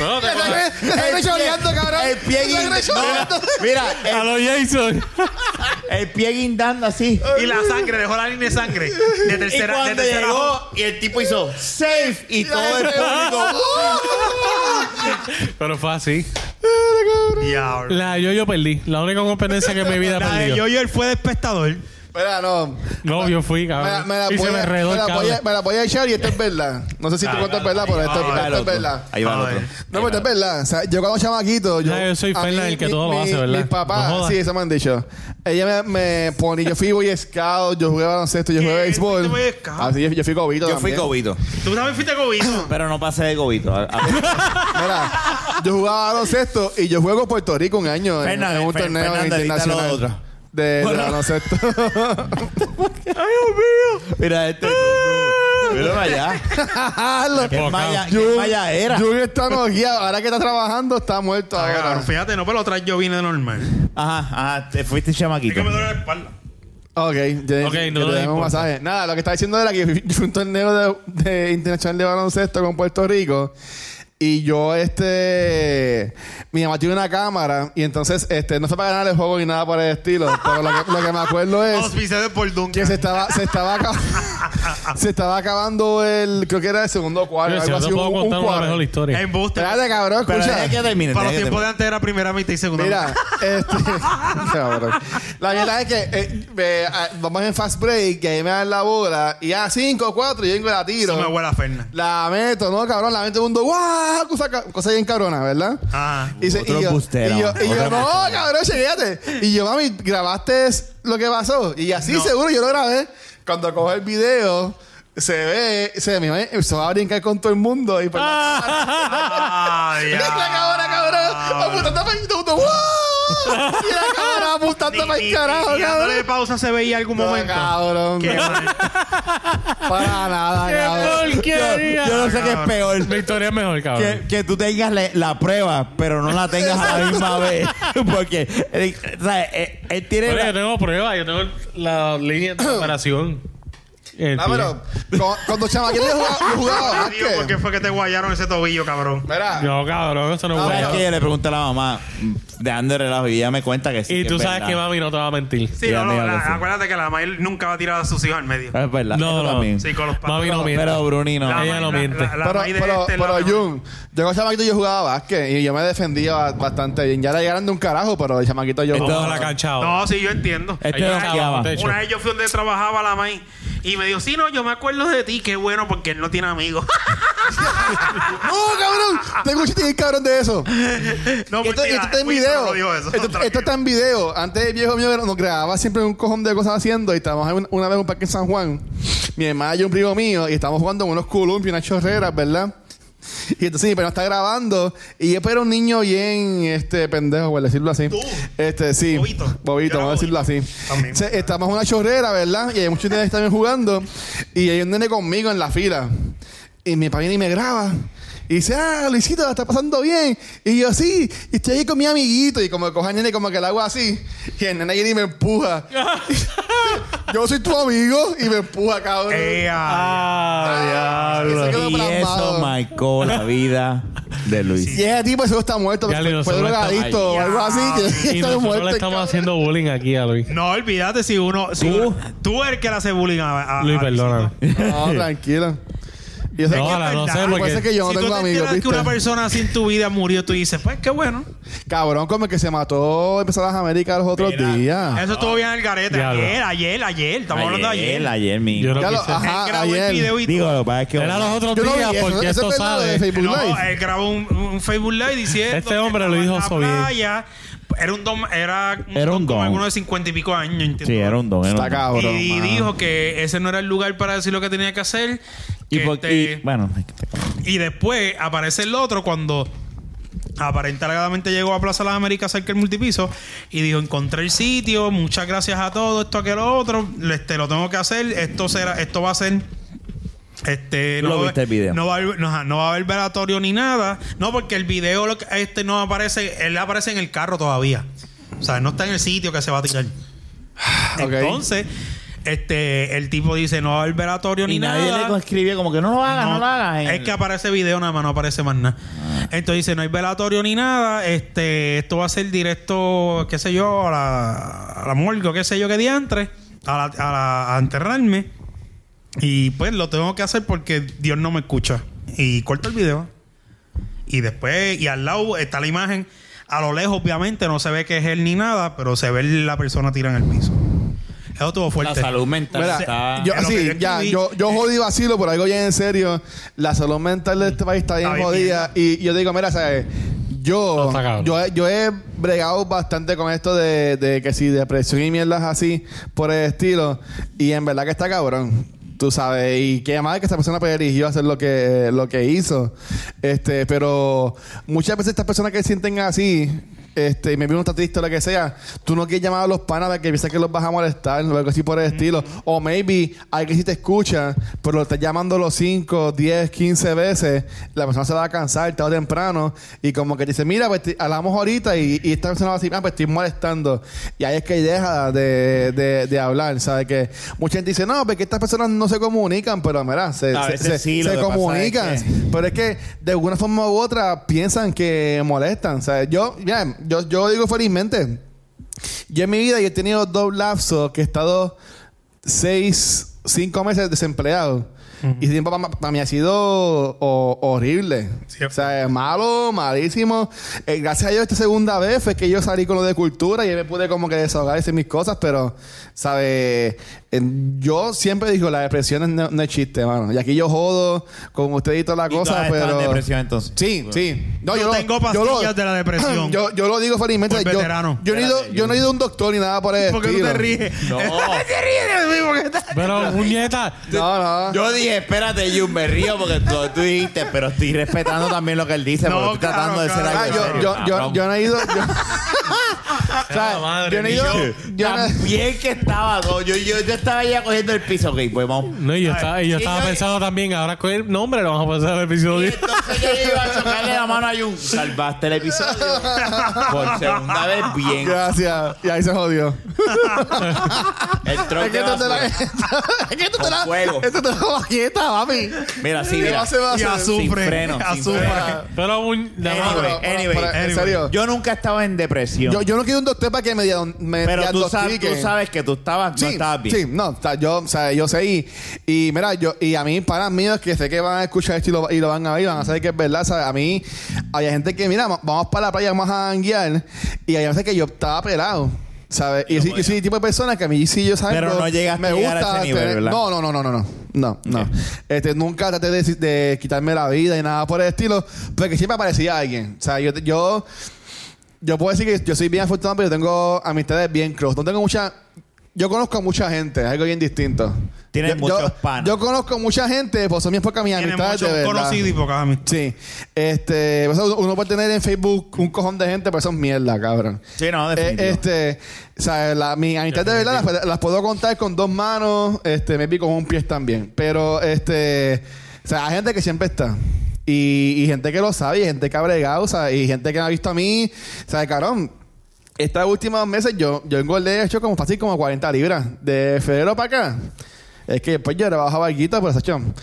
D: No, te-
B: Está recholeando, cabrón.
A: El pie
B: Está
A: guindando.
B: recholeando.
A: Mira,
D: a los Jason.
A: el, el pie guindando así.
C: Y la sangre, dejó la línea de sangre. De
A: Y
C: tercera, de
A: cuando
C: tercera
A: llegó, y el tipo hizo safe y todo el público.
D: Pero fue así.
C: Diablo.
D: La yo yo perdí. La única competencia que en mi vida
C: La de
D: perdí.
C: Yoyo, él fue de espectador.
B: Espera, no.
D: No, yo
B: Me
D: fui,
B: la,
D: cabrón.
B: me la
D: y
B: voy
D: se me
B: a, me
D: enredó el
B: la voy a,
D: cable.
B: me la voy a echar y esto es verdad. No sé si tú cuentas es verdad, pero esto, esto
A: va el
B: es
A: otro.
B: verdad.
A: Ahí va el
C: A
A: otro.
C: ver.
B: No, pero esto es verdad. O sea, yo cuando chamaquito, yo.
D: Ah, yo soy
B: a
D: Fernan,
B: mí,
D: el que
B: mi-
D: todo lo
B: mi-
D: hace, ¿verdad?
B: Mis
D: No
B: papás,
D: jodas.
B: sí, eso me han dicho. Ella me, me ponía, yo fui boy scout, yo jugué baloncesto, yo jugué
C: ¿Qué?
B: béisbol.
C: ¿Fuiste boy scout?
B: Así, yo, yo fui cobito.
A: Yo fui
B: también.
A: cobito,
C: Tú también fuiste cobito.
A: pero no pasé de cobito. A- a-
B: Mira, yo jugaba baloncesto y yo juego Puerto Rico un año en-
A: Fernan,
B: en, un
A: Fer-
B: torneo
A: Fernanda, edita lo
B: internacional.
A: otro.
B: De, de
A: Bueno.
B: baloncesto.
A: Mira este. Míralo allá.
B: Hazlo.
A: ¿Qué
D: Enfocado.
A: malla, qué malla era?
B: Jun está nogueado. Ahora que está trabajando, está muerto
C: Claro,
B: ahora.
C: fíjate, no, pero otra yo vine de normal.
A: Ajá, ajá, te fuiste
C: Es
A: chamaquito.
C: que me duele la espalda.
B: Ok, Jenny,
D: Ok,
B: que
D: no
B: te demos
D: le
B: un
D: importa.
B: masaje. Nada, lo que está diciendo era que yo fui- yo fui a un torneo de, de internacional de baloncesto con Puerto Rico y yo, este, mi mamá tiene una cámara y entonces, este, no fue para ganar el juego ni nada por el estilo, pero lo que, lo que me acuerdo es
C: Auspiciado por
B: que
C: Duncan.
B: se estaba, se estaba, acab- se estaba acabando el, creo que era el segundo cuadro,
D: Yo, si
B: algo así,
D: no te puedo
B: un, un
D: contar una
B: cuadro.
D: mejor historia.
C: En Buster.
B: Espérate, cabrón,
A: Pero
B: escucha.
A: deja que termine.
C: Para los
A: deja que
C: tiempos de
A: termine.
C: antes era primera mitad y segunda
B: Mira,
C: mitad.
B: este, cabrón. la verdad es que eh, eh, ah, vamos en fast break, que ahí me dan la bola y a 5, 4 yo vengo y la tiro.
C: Eso me huele a Ferna.
B: La meto, ¿no, cabrón? La meto mundo, ¡guau! Cosa, ca- cosa bien cabrona, ¿verdad?
C: Ah.
B: Y, se-
A: Otro
B: y yo,
A: embustero,
B: y yo, y yo,
A: otro
B: no,
A: embustero".
B: cabrón, chequéate. Y yo, mami, ¿grabaste lo que pasó? Y así
C: No.
B: seguro yo lo grabé. Cuando cojo el video, se ve, se ve, mi mamá empezó a brincar con todo el mundo y pues, por la
C: Ah,
B: ¡Mira la cámara, cabrón! ¡Apuntando para el mundo! ¡Wow! ¡Mira la cámara apuntando para el carajo,
C: Y dándole
B: cabrón!
C: pausa se veía algún
B: No,
C: momento.
B: cabrón.
C: Qué mal.
B: Para nada, cabrón.
D: porquería!
A: Yo no sé qué es peor.
D: Mi historia es mejor, cabrón.
A: Que, que tú tengas la, la prueba, pero no la tengas a la misma vez. Porque eh, o sea, eh, él, tiene.
D: Oye,
A: la-
D: yo tengo pruebas, yo tengo la línea de Eh, comparación. El
B: Ah, pero cu- cuando chamaquito yo jugaba, yo jugaba
C: Ay, Dios, ¿Por qué
B: básquet.
C: fue que te guayaron ese tobillo, cabrón?
D: pie.
B: Mira,
D: No, cabrón, eso no es
B: Ah,
A: ¿Sabes
D: bueno.
B: pero-
A: que Yo le pregunté a la mamá, dejando de relajo, y ella me cuenta que sí.
D: Y
A: que
D: tú
A: es
D: sabes
A: verdad.
D: que mami no te va a mentir.
C: Sí,
A: Sí,
C: no, no,
A: amigo,
C: la-
A: que sí.
C: acuérdate que la Mail nunca va a tirar a sus hijos al medio.
A: Es verdad.
D: No,
A: eso
D: no.
A: también.
C: Sí, con los patos.
D: Ah, Mami no miente.
A: Pero Bruni no.
C: La
D: ella
C: Mail-
D: no
C: la-
D: miente.
C: la- la
B: pero,
C: Mail de
B: pero,
C: este es la
B: pero
C: mejor.
B: Jun, yo con chamaquito yo jugaba básquet y yo me defendía ba- bastante bien. Ya era grande un carajo, pero de chamaquito yo
D: Esto
B: jugaba.
D: es la canchado.
C: No, sí, yo entiendo.
A: Este
D: Ahí
A: no
D: estaba,
A: quedaba.
D: monte. de hecho.
C: Una vez yo fui donde trabajaba la maíz y Y me dijo, sí, no, yo me acuerdo de ti, qué bueno, porque él no tiene amigos.
B: ¡No, cabrón! Tengo un chiste bien cabrón de eso.
C: no,
B: esto,
C: mentira,
B: esto está en
C: Winston
B: video.
C: no dijo eso,
B: esto, esto
C: tranquilo.
B: está en video. Antes el viejo mío nos grababa siempre un cojón de cosas haciendo. Y estábamos en un- una vez en un parque en San Juan. Mi hermana y un primo mío. Y estábamos jugando en unos columpios, unas chorreras, ¿verdad? Y entonces mi primo está grabando. Y yo pues, era un niño bien este pendejo, por decirlo así.
C: Tú.
B: Este, sí.
C: Bobito.
B: Bobito,
C: Yo era
B: vamos a decirlo así.
C: bobito. También.
B: Se- estamos en una chorrera, ¿verdad? Y hay muchos nenes también jugando. Y hay un nene conmigo en la fila. Y mi papá viene y me graba. Y dice, ah, Luisito, la está pasando bien. Y yo, sí, y estoy ahí con mi amiguito. Y como que coge al nene, como que la hago así. Y el nene viene y me empuja. yo soy tu amigo. Y me empuja, cabrón.
C: Eh, Ea.
D: Ah,
B: Ese quedó
A: Y eso
B: plasmado.
A: marcó la vida de Luis.
B: Y ese tipo seguro está muerto.
D: Ya, Lino,
B: Fue
D: seguro está-
B: drogadicto o algo así. que
D: Y
B: está
D: nosotros le
B: muerto,
D: estamos
B: cabrón.
D: haciendo bullying aquí a Luis.
C: No, olvídate si uno. Si
A: Tú.
C: uno- tú eres el que le hace bullying a. a
D: Luis,
C: a Luisito.
D: perdóname.
B: No, tranquila. Y yo sé
D: No,
B: que-
D: ahora no
C: verdad.
D: sé
C: Lo que
B: pasa es que
D: porque...
B: yo no
C: si
B: tengo
C: tú te
B: amigos,
C: enteras que una
B: ¿viste?
C: persona así en tu vida murió, tú dices, pues qué bueno.
B: Cabrón, como el que se mató empezó las Américas los otros
A: Mira,
B: días.
C: Eso estuvo bien en el garete.
D: Diablo.
C: Ayer, ayer, ayer. Estamos hablando de ayer.
A: Ayer, ayer mismo.
D: Yo no
B: Ya lo-
D: quise.
B: ajá.
C: Él grabó
B: ayer.
C: el video y
A: Digo, lo que pasa es que.
D: Era los otros
B: Yo no vi
D: días
B: eso,
D: porque
B: eso
D: esto
B: es verdad
D: sale.
B: de Facebook
C: no, eh,
B: Live.
C: él grabó un, un Facebook Live diciendo
D: Este
C: que
D: hombre
C: estaba
D: lo
C: en
D: dijo
C: la
D: so bien.
C: playa. Era un don, era un
A: Era
C: don
A: un
C: como
A: don.
C: alguno de cincuenta y pico años, entiendo.
A: Sí, era un don. era un
B: Está
A: don.
B: cabrón.
C: y
B: mano.
C: dijo que ese no era el lugar para decir lo que tenía que hacer.
A: Y,
C: que
A: por-
C: este-
A: y- bueno,
C: Y después aparece el otro cuando aparentemente llegó a Plaza de las Américas cerca del multipiso y dijo encontré el sitio, muchas gracias a todo, esto, aquel otro, este lo tengo que hacer, esto será, esto va a ser este
A: Lo
C: va-
A: viste el video.
C: no va, a haber- no, ajá, no va a haber velatorio ni nada, no porque el video lo que- este no aparece, él aparece en el carro todavía. O sea, no está en el sitio que se va a tirar.
B: Ok.
C: Entonces, este el tipo dice no va a haber velatorio ni
A: y nadie
C: nada.
A: le escribía como que no lo hagas, no,
C: No,
A: lo hagas.
C: Es que aparece video nada más, no aparece más nada. Entonces dice, no hay velatorio ni nada. Este, esto va a ser directo, qué sé yo, a la, a la morgue o qué sé yo qué diantre, a, la- a, la- a enterrarme. Y pues lo tengo que hacer porque Dios no me escucha. Y corto el video. Y después, y al lado está la imagen. A lo lejos, obviamente, no se ve que es él ni nada, pero se ve la persona tirada en el piso. Eso estuvo
A: la
C: fuerte.
A: salud mental
B: Mira,
A: está.
B: yo,
C: en lo que
B: sí,
C: yo
B: ya,
C: escribí-
B: yo, yo jodí vacilo por algo bien en serio. La salud mental de este país está bien
C: Está bien
B: jodida. Y yo te digo, mira, ¿sabes? Yo,
D: Está cabrón.
B: yo, he- yo he bregado bastante con esto de, de que si depresión y mierdas así por el estilo. Y en verdad que está cabrón. Tú sabes, y qué mal que esta persona pues, eligió hacer lo que, lo que hizo. Este, pero muchas veces estas personas que se sienten así, este, y me viene un triste o lo que sea, tú no quieres llamar a los panas para que pienses que los vas a molestar o algo así por el estilo. O maybe alguien sí te escucha, pero lo estás llamando los 5, 10, 15 veces, la persona se va a cansar tarde o temprano y como que te dice, mira, pues te- hablamos ahorita y, y esta persona va a decir, ah, pues estoy molestando. Y ahí es que deja de, de- de hablar, ¿sabes? Que mucha gente dice, no, porque estas personas no se comunican, pero mira, se,
A: A
B: se-
A: veces
B: se-
A: sí, lo
B: se
A: que pasa es
B: comunican.
A: que-
B: Pero es que de alguna forma u otra piensan que molestan. O sea, yo, mira, yo, yo digo felizmente. Yo en mi vida yo he tenido dos lapsos que he estado seis, cinco meses desempleado. Y ese tiempo para, mí ha sido o- horrible.
C: Sí.
B: O sea, es malo, malísimo. Eh, gracias a Dios, esta segunda vez fue que yo salí con lo de cultura y ahí me pude como que desahogar y hacer mis cosas, pero, ¿sabes? Yo siempre digo, la depresión es no, no es chiste, mano. Y aquí yo jodo con usted y toda la cosa, pero.
A: depresión entonces.
B: Sí, sí. No,
C: Yo
B: lo-
C: tengo pastillas de la depresión.
B: Yo, yo lo digo felizmente.
C: Soy
B: yo,
C: veterano.
B: Yo, no he ido-
A: Espérate,
B: yo no he ido a un doctor ni nada por el
C: ¿Por qué tú te
B: estilo.
C: ríes?
A: No.
C: te ríes de mí porque estás-
D: Pero, muñeca,
B: No, no.
A: Yo dije, espérate, Jun, me río porque tú, tú dijiste, pero estoy respetando también lo que él dice,
C: No,
A: porque estoy
C: claro,
A: tratando de ser
C: claro.
B: Ah,
A: algo
B: yo,
A: serio,
B: yo, yo,
A: cabrón.
B: yo no he ido. Yo, O sea,
D: Ah, madre
B: yo no he ido.
D: mía.
B: Yo no,
A: También que estaba, no, yo, yo, yo estaba ya cogiendo el piso, ok, pues vamos.
D: No, y yo estaba, y yo
A: y
D: estaba
A: yo-
D: pensando también, ahora con el nombre lo vamos a pasar al
A: Y
D: episodio.
A: entonces yo iba a chocarle la mano a Jun. Salvaste el episodio. Por segunda vez, bien.
B: gracias. Y ahí se jodió.
A: El
B: Es
A: tronco
B: que
A: de
B: tú te la.
A: basura.
B: Es que tú te
A: Con
B: la.
A: fuego.
B: Esto te la baqueta, papi.
A: Mira, sí,
B: ¿Qué
A: mira.
B: más se va a
C: Y
B: hacer?
C: azul. Sufre,
A: freno, sin
C: azufre.
A: freno.
D: Pero
B: Eh,
D: un, la
A: Anyway,
D: madre.
B: Pero, pero,
A: anyway,
B: pero, En
A: anyway.
B: serio.
A: Yo nunca estaba en depresión.
B: Yo, yo no quiero un doctor para que me dia- me
A: pero tú sabes,
B: diagnostiquen.
A: tú sabes que tú estabas,
B: Sí,
A: no estabas bien.
B: sí, no, o sea, yo, o sea, yo sé y, y mira, yo y a mí para mí es que sé que van a escuchar esto y lo, y lo van a ver, y van a saber que es verdad, ¿sabes? A mí había gente que mira, ma- vamos para la playa, vamos a janguear y había veces que yo estaba pelado. ¿Sabes? Y sí, sí, tipo de personas que a mí sí yo sabes.
A: Pero
B: yo-
A: no llegaste a llegar a ese nivel,
B: tener-
A: ¿verdad?
B: No, no, no, no, no, no. No, no. Este, nunca traté de, de quitarme la vida y nada por el estilo, porque siempre aparecía alguien. O sea, yo, yo, yo puedo decir que yo soy bien afortunado, pero yo tengo amistades bien cross. No tengo mucha. Yo conozco a mucha gente, es algo bien distinto.
A: Tienes
B: Yo- yo,
A: muchos panas.
B: Yo conozco mucha gente, pues son bien pocas mis
C: Tiene
B: amistades.
C: muchos
B: de verdad.
C: conocidos y pocas amistades.
B: Sí. Este, o sea, uno- uno puede tener en Facebook un cojón de gente, pero eso es mierda, cabrón.
A: Sí, no, definitivo.
B: Eh, este, o sea, la, mi amistad de verdad las, las puedo contar con dos manos, este, maybe con un pie también. Pero, este, o sea, hay gente que siempre está. Y, y gente que lo sabe, y gente que ha bregado, o sea, y gente que me ha visto a mí. O sea, cabrón, estos últimos meses yo, yo engordé, he hecho como fácil como 40 libras. De febrero para acá. Es que después yo era bajaba barquita, pero sacho, pues,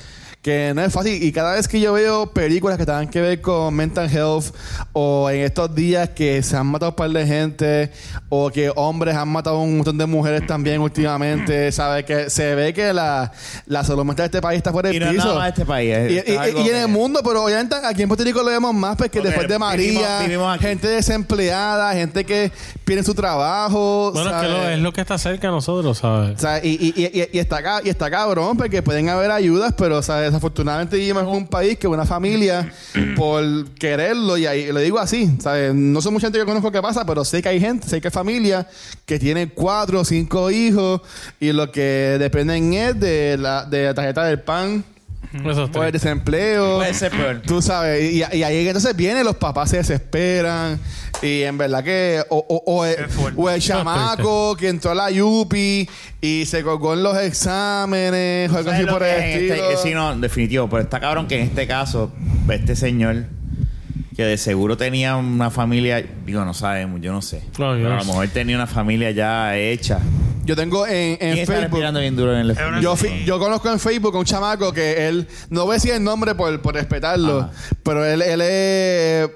B: Que no es fácil. Y cada vez que yo veo películas que tengan que ver con mental health, o en estos días que se han matado un par de gente, o que hombres han matado un montón de mujeres también últimamente, ¿sabes? Que se ve que la, la salud mental de este país está por el
A: Y no es
B: piso.
A: nada más este país. es-
B: Y,
A: es
B: y-
A: algo
B: y en
A: que-
B: el mundo, pero obviamente aquí en Puerto Rico lo vemos más porque
A: Porque
B: después de
A: vivimos-
B: María,
A: vivimos aquí.
B: gente desempleada, gente que pierde su trabajo.
D: Bueno, es
B: ¿sabes?
D: que lo, es lo que está cerca a nosotros,
B: O
D: ¿sabes?
B: sea, y, y, y- y- y está ca- y está cabrón porque pueden haber ayudas, pero o sea, desafortunadamente vivimos en un país que una familia, por quererlo, y ahí lo digo así, ¿sabes? no son mucha gente que conozco que pasa, pero sé que hay gente, sé que hay familias que tienen cuatro o cinco hijos y lo que dependen es de la, de la tarjeta del pan,
D: Esos
B: o el
D: tres.
B: desempleo.
A: Puede ser peor.
B: Tú sabes, y, y ahí entonces vienen los papás se desesperan. Y en verdad que. O, o- o el,
C: Qué fuerte.
B: o el chamaco que entró a la Yupi y se colgó en los exámenes o algo
A: ¿Sabes
B: así
A: lo
B: por
A: que
B: el
A: es? En este-
B: estilo.
A: sí, no, definitivo. Pero está cabrón que en este caso, este señor, que de seguro tenía una familia, digo, no sabemos, yo no sé.
D: No, yo
A: Pero
D: no
A: a lo
D: sé.
A: mejor tenía una familia ya hecha.
B: Yo tengo en, en
A: ¿Quién está
B: Facebook.
A: respirando bien duro en el
C: una-
B: Yo, fi- yo conozco en Facebook a un chamaco que él, no voy a decir el nombre por, por respetarlo,
A: Ajá.
B: pero él, él es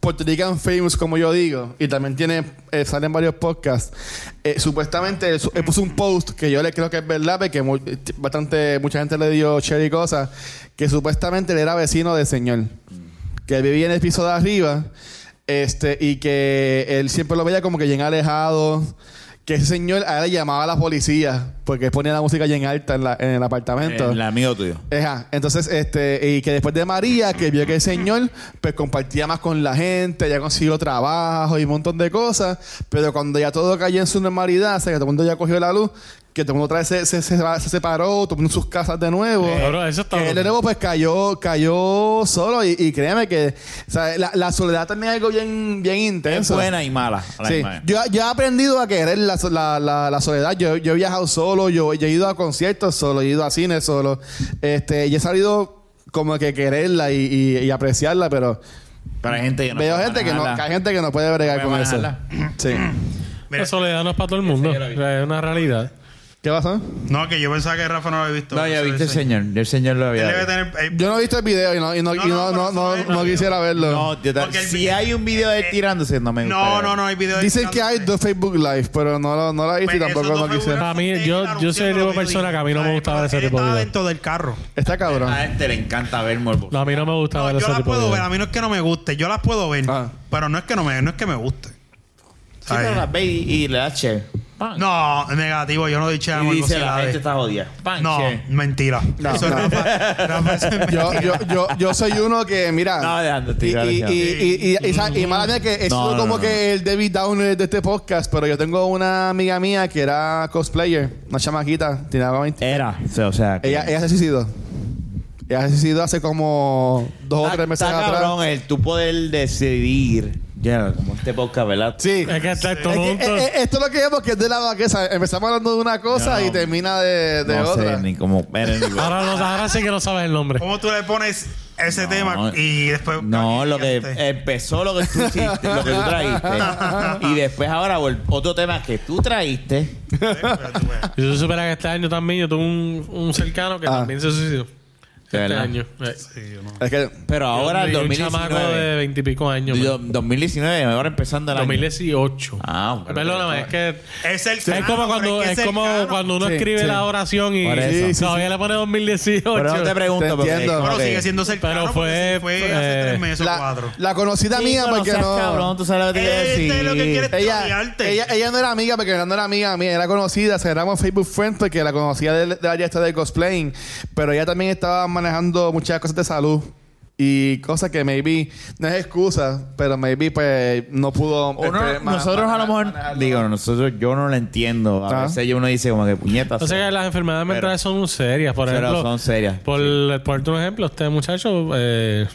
B: Puerto Rican Famous, como yo digo, y también tiene, eh, salen varios podcasts. Eh, supuestamente él, su- él puso un post que yo le creo que es verdad, porque mu- bastante, mucha gente le dio share y cosas, que supuestamente él era vecino del señor que él vivía en el piso de arriba este y que él siempre lo veía como que bien alejado que ese señor a él le llamaba a la policía porque él ponía la música bien alta en, la- en el apartamento
A: El amigo tuyo.
B: Ejá. entonces este y que después de María que vio que el señor pues compartía más con la gente ya consiguió trabajo y un montón de cosas pero cuando ya todo cayó en su normalidad o sea que todo el mundo ya cogió la luz que todo el mundo otra vez se, se- se- se separó todo el mundo en sus casas de nuevo
D: Cabrón, eso está
B: que él de
D: brutal.
B: nuevo pues cayó, cayó solo y, y créeme que o sea, la, la soledad también es algo bien, bien
A: Es
B: intenso.
A: buena y mala. a la
B: Sí.
A: misma vez.
B: Yo, yo he aprendido a querer la, so- la, la, la soledad. Yo, yo he viajado solo, yo, yo he ido a conciertos solo, he ido a cine solo. Este, y he salido como que quererla y, y- y apreciarla, pero
A: Pero hay gente que no.
B: veo
A: puede
B: gente que, no,
A: manejarla.
B: que hay gente que no puede bregar
A: No
B: con
A: puede
B: eso.
A: manejarla.
B: Sí.
C: Mira,
D: La soledad no es para todo el mundo. Es una realidad.
B: ¿Qué pasó?
C: No, que yo pensaba que Rafa no lo había visto.
A: No, ya
C: Eso-
A: viste el
C: eso-
A: señor. ya El señor lo
C: Él
A: había
C: debe
A: visto.
C: tener. eh,
B: Yo no he visto el video y no, y no,
C: No,
B: y
C: no,
B: no, no,
C: pero
B: no,
C: eso es
B: no
C: rápido.
B: quisiera verlo.
A: No, yo ta-
C: Porque el
A: si
C: video-
A: hay un video de él
C: eh,
A: tirándose, no me gusta.
C: no, no, no hay video. de
B: Dicen que hay dos Facebook Live, pero no, lo- no la he visto y
C: Pues
B: tampoco
C: esos
B: no
C: dos
B: quisiera.
D: A mí,
C: figuras
D: yo-
C: son
D: yo soy el tipo de
C: ellos,
D: persona que a mí no me
C: ¿sabes?
D: gustaba ese
C: Él
D: tipo de
C: estaba
D: video.
C: dentro del carro.
B: Está cabrón.
A: A este le encanta ver
D: No,
A: morbo.
D: a mí no me gusta
C: No,
D: ver
C: yo
D: ese
C: las
D: tipo de
C: puedo ver.
D: videos.
C: A mí no es que no me guste. Yo las puedo ver.
B: Ah.
C: Pero no es que no me, no es que me guste.
A: Sí, pero
C: Ay.
A: las ve y, y le da share. Pan.
C: No, negativo. Yo no he dicho
A: y
C: algo
A: dice
C: así,
A: la
C: de-
A: gente está jodida. Pan,
C: No,
A: share.
C: mentira.
B: No,
C: Eso es
B: no.
C: Rafa- Rafa, eso es
B: yo,
C: mentira.
B: yo, yo, yo soy uno que, mira.
A: No, Alejandro,
B: y,
A: estoy
B: y,
A: claro,
B: y,
A: Alejandro.
B: y, y- y sa- y mala mía que es
A: No, no,
B: como
A: no,
B: que el David Downer de este podcast, pero yo tengo una amiga mía que era cosplayer, una chamaquita, tenía como 20.
A: Era. O sea, o sea que-
B: Ella, eh, ella se suicidó. Ella se suicidó hace como dos o
A: Está-
B: tres meses
A: está
B: atrás.
A: cabrón el tu poder decidir. Ya, como este podcast, ¿verdad?
B: Sí.
D: Es que está todo
B: Es que,
D: junto.
B: eh, eh, esto es lo que vemos que es de la vaqueza. Empezamos hablando de una cosa
A: No,
B: y termina de, de
A: no
B: otra.
A: sé ni cómo.
D: Ahora, no- ahora sí que no sabes el nombre.
B: Oh.
C: ¿Cómo tú le pones ese
A: No,
C: tema y después. este?
A: No, lo que
C: cambiaste?
A: empezó lo que tú hiciste, lo que tú trajiste. y después ahora vol- otro tema que tú trajiste.
C: Espérate, güey.
D: Si tú supieras que este año también yo tuve un, un cercano que
B: Ah.
D: también se suicidó.
A: De
D: este
A: verdad.
D: año. Eh.
B: Es que
A: Pero ahora,
D: Y
A: el
D: un chamaco de
A: 2019.
D: veintipico años.
A: Yo-
D: man.
A: 2019, ahora empezando el año.
D: 2018.
A: Ah, bueno.
D: Perdóname, es que
C: Es el
D: es como cuando, es como cuando uno
B: Sí,
D: escribe
B: sí.
D: la oración y
A: Por eso.
B: Sí, sí,
D: todavía le pone 2018.
A: Pero no te
B: Te
A: pregunto, porque
B: entiendo.
A: como
C: Pero
A: que-
C: sigue siendo cercano.
D: Pero
C: porque
D: fue,
C: sí fue hace
D: eh,
C: tres meses o
B: la,
C: cuatro.
B: la conocida
A: Sí,
B: mía,
A: pero
B: porque
A: seas
B: no.
A: cabrón, tú sabes lo que te
C: Este
A: quiero
C: es lo que
A: decir.
C: quiere-
B: Ella,
C: Estudiarte.
B: ella, ella no era amiga, porque ella no era amiga mía, era conocida, se éramos Facebook Friends porque la conocía del, del área esta de cosplaying, pero ella también estaba manejando muchas cosas de salud y cosas que maybe no es excusa, pero maybe pues no pudo.
A: Uno-
B: este, ma-
A: nosotros a lo
B: manejar-
A: mejor
B: manejarlo.
A: digo nosotros yo no lo entiendo a
B: Ah.
A: veces yo uno dice como que puñetas
D: O sea que las enfermedades mentales son serias, por
A: Pero
D: ejemplo.
A: son serias,
D: Por, por otro ejemplo, este muchacho, eh,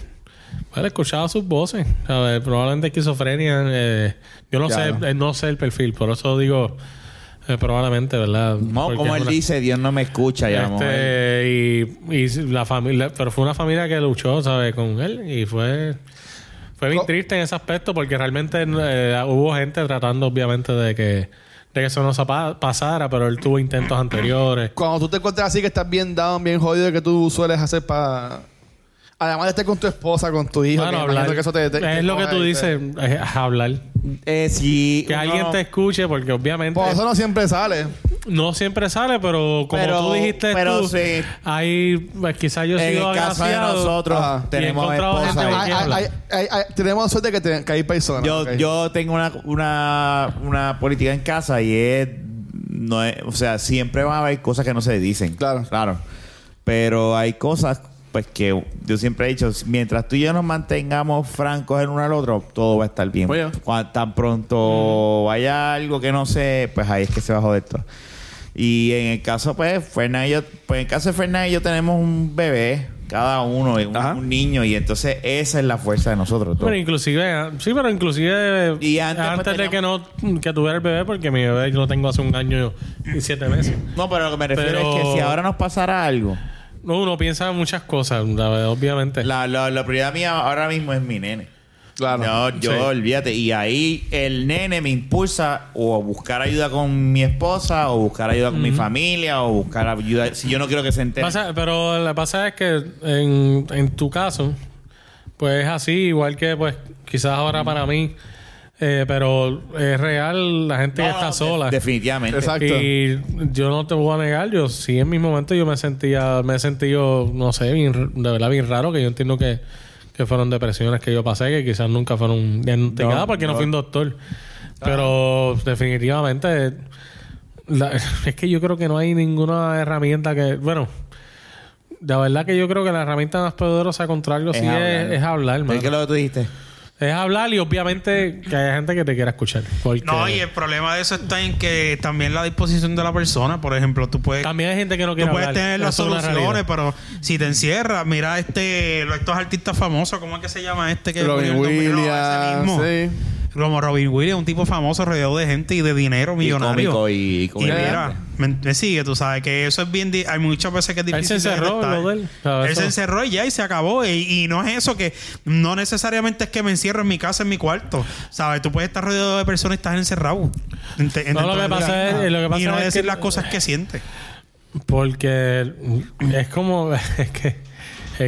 D: bueno, escuchaba sus voces, ¿sabes? probablemente esquizofrenia. eh, yo no sé,
B: Claro.
D: eh, no sé el perfil, por eso digo eh, probablemente, ¿verdad?
A: No,
D: Porque es
A: como él
D: una-
A: dice Dios no me escucha ya
D: Este, y, y la familia, pero fue una familia que luchó, ¿sabes? Con él y fue. Fue bien
B: Co-
D: triste en ese aspecto porque realmente eh, hubo gente tratando, obviamente, de que, de que eso no sapa- pasara, pero él tuvo intentos anteriores.
B: Cuando tú te encuentras así que estás bien down, bien jodido, que tú sueles hacer para. Además de estar con tu esposa, con tu hijo,
D: Bueno,
B: que
D: hablar.
B: imagino que eso te- te-
D: es lo que
B: coge
D: tú
B: y te-
D: dices, es hablar.
A: eh, si
D: Que
A: uno-
D: alguien te escuche, porque obviamente
B: Pues eso no siempre sale.
D: no siempre sale, pero como
A: Pero-
D: tú dijiste
A: pero
D: tú,
A: sí.
D: ahí pues, quizás yo he
A: en
D: sido
A: el caso de
D: agraciado.
A: nosotros
B: Ajá.
D: Y
A: tenemos
D: encontraba
A: esposa
D: gente
A: y-
D: ¿De
B: Ay,
D: qué
B: ay,
D: habla?
B: ay, ay, ay, tenemos suerte que, te- que hay personas.
A: yo
B: ok.
A: yo tengo una, una una política en casa y es no es, o sea siempre van a haber cosas que no se dicen
B: Claro.
A: claro pero hay cosas pues que yo siempre he dicho mientras tú y yo nos mantengamos francos el uno al otro todo va a estar bien
B: Oye.
A: Cuando tan pronto haya algo que no sé pues ahí es que se va a joder todo y en el caso pues Fernández y yo pues en el caso de Fernández y yo tenemos un bebé cada uno y un,
B: Ajá.
A: un niño y entonces esa es la fuerza de nosotros dos.
D: Pero inclusive, ah, sí, pero inclusive
A: Y
D: eh,
A: antes,
D: antes,
A: pues,
D: de que no que tuviera el bebé, porque mi bebé yo lo tengo hace un año y siete meses.
A: No, pero lo que me refiero
D: Pero-
A: es que si ahora nos pasara algo,
D: No, uno piensa en muchas cosas, ¿sabes? obviamente.
A: la, la, la prioridad mía ahora mismo es mi nene.
B: Claro.
A: No, yo
D: Sí.
A: olvídate. Y ahí el nene me impulsa o a buscar ayuda con mi esposa, o buscar ayuda con mi familia, o buscar ayuda. Si yo no quiero que se entere.
D: Pasa- pero la pasa es que en, en tu caso, pues es así, igual que pues quizás ahora para mí, eh, pero es real, la gente
A: No,
D: ya está
A: no,
D: sola.
A: de- definitivamente.
B: Exacto.
D: Y yo no te voy a negar, yo sí en mis momentos yo me sentía, me he sentido, no sé, bien r- de verdad bien raro, que yo entiendo que, que fueron depresiones que yo pasé, que quizás nunca fueron diagnosticadas porque no, fui un doctor. Pero definitivamente, la- es que yo creo que no hay ninguna herramienta que, bueno, la verdad que yo creo que la herramienta más poderosa contra algo sí es, es hablar, mano.
A: ¿Qué es lo que tú dijiste?
D: Es hablar y obviamente que haya gente que te quiera escuchar. Porque
C: No, y el problema de eso está en que también la disposición de la persona, por ejemplo, tú puedes
D: también hay gente que no
C: Tú
D: quiere
C: puedes
D: hablar.
C: tener las
D: Eso es una
C: soluciones,
D: realidad.
C: pero si te encierras, mira este, lo- estos artistas famosos, ¿cómo es que se llama este? Que
B: Robin
C: murió en el 2000?
B: Williams.
C: No, ese mismo.
B: Sí.
C: Como Robin Williams, un tipo famoso rodeado de gente y de dinero millonario.
A: Y cómico y, y
C: Y
A: comediante.
C: mira, me, me sigue, tú sabes que eso es bien. di- Hay muchas veces que es difícil.
D: Él se
C: de
D: encerró,
C: detectar.
D: lo de él. O sea,
C: Él
D: eso-
C: se encerró y ya, y se acabó. Y, y no es eso que. No necesariamente es que me encierro en mi casa, en mi cuarto. ¿Sabes? Tú puedes estar rodeado de personas y estás encerrado. En- en-
D: No,
C: dentro
D: lo que
C: de tu
D: pasa
C: casa.
D: es- lo que pasa
C: y no
D: es que-
C: decir las cosas que sientes.
D: Porque es como. Es que,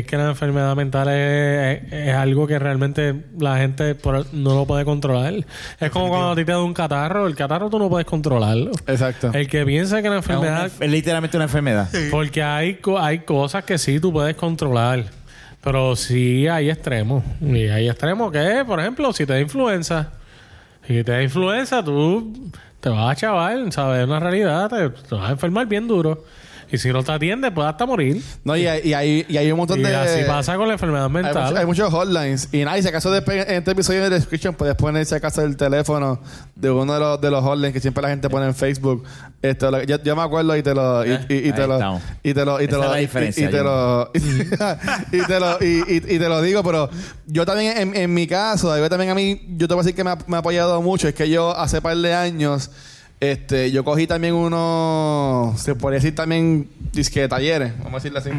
D: es que la enfermedad mental es, es- es algo que realmente la gente por- no lo puede controlar. Es como cuando a ti te da un catarro. El catarro tú no puedes controlarlo.
B: Exacto.
D: El que piensa que la
A: Es, una-
D: enfermedad.
A: es literalmente una enfermedad.
D: Porque hay, co- hay cosas que sí tú puedes controlar. Pero sí hay extremos. Y hay extremos que, por ejemplo, si te da influenza. Si te da influenza, tú te vas a chaval, ¿sabes? Es una realidad. Te, te vas a enfermar bien duro. Y si no te atiendes, puedes hasta morir.
B: No, y, hay- y hay, y hay un montón
D: Y
B: de.
D: así pasa con la enfermedad
B: Hay,
D: mental.
B: mucho- hay muchos hotlines. Y nada, y si acaso después en este episodio de description puedes poner si acaso el teléfono de uno de los, de los hotlines que siempre la gente pone en Facebook. Esto, lo- yo, yo me acuerdo y te lo. Y, y- y te
A: Eh, Ahí
B: lo.
A: estamos.
B: Y te lo. Y te
A: Esa es
B: lo.
A: la
B: y-
A: diferencia,
B: y te
A: yo.
B: lo. Y te lo. Y, y- y te lo digo, pero yo también en, en mi caso, yo también a mí, yo te voy a decir que me ha, me ha apoyado mucho. Es que yo hace par de años. Este, yo cogí también unos, se podría decir también, disque talleres, vamos a decirlo así,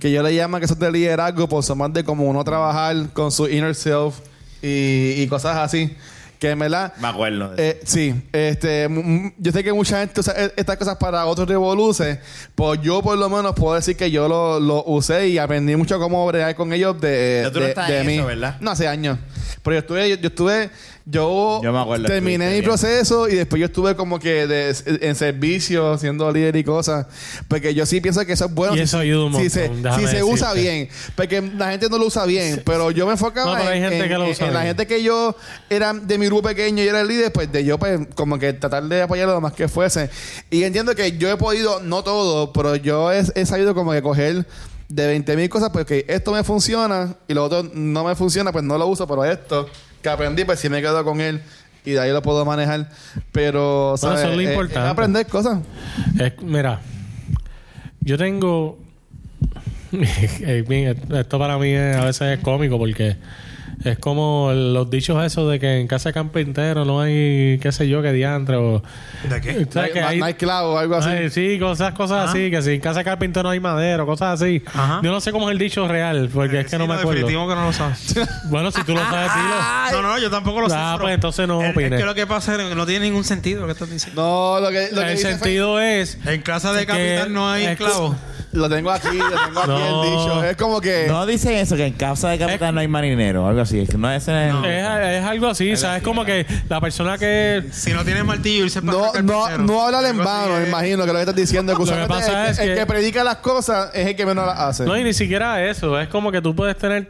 B: que yo le llaman que son de liderazgo por más de como uno trabajar con su inner self y, y cosas así. Que Que en verdad.
A: Me acuerdo. de
B: Eh, sí, este, mu- mu- yo sé que mucha gente usa e- estas cosas para otros revoluces, pues yo por lo menos puedo decir que yo lo, lo usé y aprendí mucho cómo bregar con ellos de,
A: Ya tú no
B: de-
A: estás
B: de
A: en
B: mí.
A: eso, ¿verdad?
B: No, hace años. Pero yo estuve, yo, yo estuve, yo,
A: Yo me acuerdo,
B: terminé mi
A: estuviste bien.
B: proceso y después yo estuve como que de- en servicio, siendo líder y cosas, porque yo sí pienso que eso es bueno.
D: Y
B: si-
D: eso ayuda un
B: si se-
D: montón, déjame
B: si se usa
D: decirte.
B: bien, porque la gente no lo usa bien, pero yo me enfocaba
D: No, pero hay
B: en,
D: gente
B: en-
D: que lo
B: en-
D: usa
B: en la
D: bien.
B: gente de que yo era de mi grupo pequeño y era el líder, pues de yo, pues, como que tratar de apoyarlo lo más que fuese. Y entiendo que yo he podido, no todo, pero yo he, he sabido como que coger de 20 mil cosas, pues que esto me funciona y lo otro no me funciona, pues no lo uso, pero esto que aprendí, pues sí me quedo con él y de ahí lo puedo manejar. Pero, ¿sabes?
D: eso es lo
B: Eh, eh,
D: importante.
B: aprender cosas.
D: Es- mira, yo tengo. Eh, bien, Esto para mí es- a veces es cómico porque es como los dichos esos de que en casa de campintero no hay, qué sé yo, que diantre o.
C: ¿De qué?
D: o sea, que
B: No-
D: hay-
B: no hay clavo o algo así.
D: Ay, sí, cosas, cosas
C: Ajá.
D: así, que si en casa de carpintero no hay madero, cosas así.
C: Ajá.
D: Yo no sé cómo es el dicho real, porque es que
C: Sí,
D: no me acuerdo.
C: Definitivo que no lo sabes.
D: Bueno, si tú lo sabes,
B: Ah,
D: dilo.
C: No, no, yo tampoco lo sé.
D: Ah,
C: pero
D: pues entonces no
C: es-
D: opines.
C: Es que lo que pasa es que no tiene ningún sentido lo que estás diciendo.
B: No, lo que, lo que
D: El
B: dice Fer-
D: sentido es...
C: En casa de
D: Que-
C: capital no hay
D: es-
C: esclavos.
B: lo tengo aquí, lo tengo aquí
D: No.
B: el dicho. Es como que...
A: eso. No dicen eso, que en casa de capitán no hay marinero, algo así. Es que no es en el-
D: Es, es algo así, ¿sabes? como que la persona que...
C: Si no tienes martillo, irse para
B: No,
C: el
B: no,
C: carpintero.
B: no hablar en
C: Algo así
B: vano, me
C: es.
B: imagino que lo que estás diciendo. Que
D: Lo que
B: usualmente
D: pasa
B: el,
D: es
B: el
D: que-
B: que predica las cosas es el que menos las hace.
D: No, y ni siquiera eso. Es como que tú puedes tener...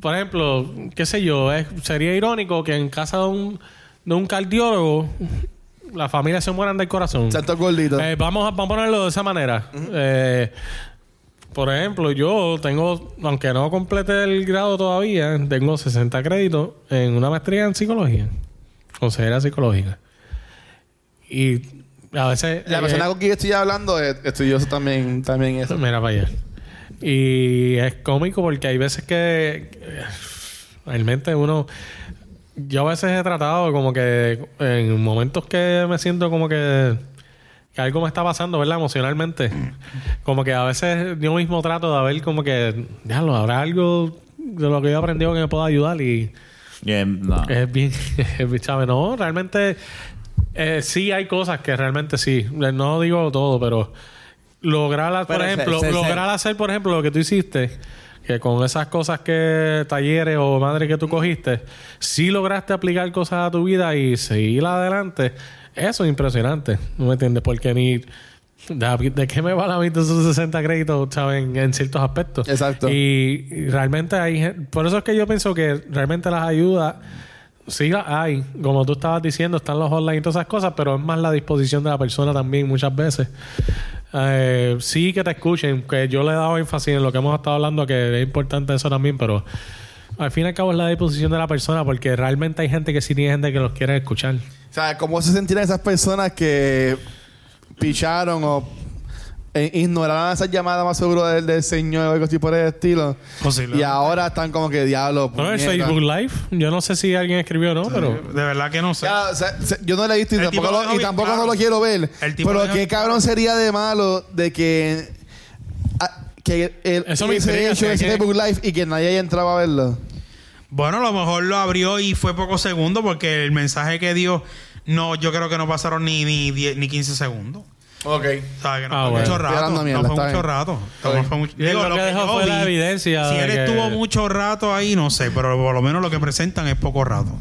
D: Por ejemplo, qué sé yo, es- sería irónico que en casa de un, de un cardiólogo la familia se mueran del corazón.
B: Santo gordito.
D: Eh, vamos, a, vamos a ponerlo de esa manera. Eh, por ejemplo, yo tengo, aunque no complete el grado todavía, tengo 60 créditos en una maestría en psicología, consejera psicológica. Y a veces.
B: la
D: eh,
B: persona con quien estoy hablando es estudioso también, también eso.
D: Mira para allá. Y es cómico porque hay veces que eh, realmente uno. Yo a veces he tratado como que en momentos que me siento como que, que algo me está pasando, ¿verdad? Emocionalmente. Como que a veces yo mismo trato de ver como que, ya lo habrá algo de lo que yo he aprendido que me pueda ayudar y
A: Bien, no.
D: es bien, es bien, ¿sabes? No, realmente eh, sí hay cosas que realmente sí. Eh, No digo todo, pero lograr, a- por
A: Pero se-
D: ejemplo,
A: se- se-
D: lograr hacer, por ejemplo, lo que tú hiciste, que con esas cosas que talleres o madre que tú cogiste, sí lograste aplicar cosas a tu vida y seguir adelante. Eso es impresionante, ¿no me entiendes? Porque ni... ¿De de qué me vale a mí de esos 60 créditos, ¿sabes? En, en ciertos aspectos.
B: Exacto.
D: Y, y realmente hay... gen- Por eso es que yo pienso que realmente las ayudas Sí, la hay. Como tú estabas diciendo, están los online y todas esas cosas, pero es más la disposición de la persona también muchas veces. Eh, sí que te escuchen, que yo le he dado énfasis en lo que hemos estado hablando, que es importante eso también, pero al fin y al cabo es la disposición de la persona, porque realmente hay gente que sí tiene gente que los quiere escuchar.
B: O sea, ¿cómo se sentirán esas personas que picharon o eh, ignoraron esas llamadas más seguro del, del señor o algo así por el estilo?
C: Posible.
B: Y ahora están como que diablo.
D: Bueno, el
B: puñeta".
D: Facebook Live, yo no sé si alguien escribió o no, pero...
C: De verdad que no sé.
B: Ya, o sea, se- yo no la he visto y
C: El
B: tampoco,
C: tipo
B: lo,
C: lo dejó
B: y
C: bien
B: tampoco
C: claro.
B: no lo quiero ver.
C: El tipo lo
B: Pero
C: dejó
B: qué
C: bien
B: cabrón sería de malo de que, a- que el,
D: Eso me
B: ese
D: intriga,
B: hecho
D: que-
B: en
D: que-
B: Facebook Live y que nadie haya entrado a verlo.
C: Bueno, a lo mejor lo abrió y fue pocos segundos porque el mensaje que dio, no, yo creo que no pasaron ni, ni, 10 ni 15 segundos.
B: Ok.
C: O sea, que no fue
D: Ah, bueno.
C: mucho
B: Estoy
C: rato.
B: hablando mierda,
C: no fue
B: está
C: mucho
B: bien.
C: rato.
B: Está bien.
C: No fue mucho-
D: Yo
C: digo,
D: lo que dejó
C: yo
D: fue la
C: vi,
D: evidencia
C: Si
D: de
C: él
D: que-
C: estuvo mucho rato ahí, no sé, pero por lo menos lo que presentan es poco rato.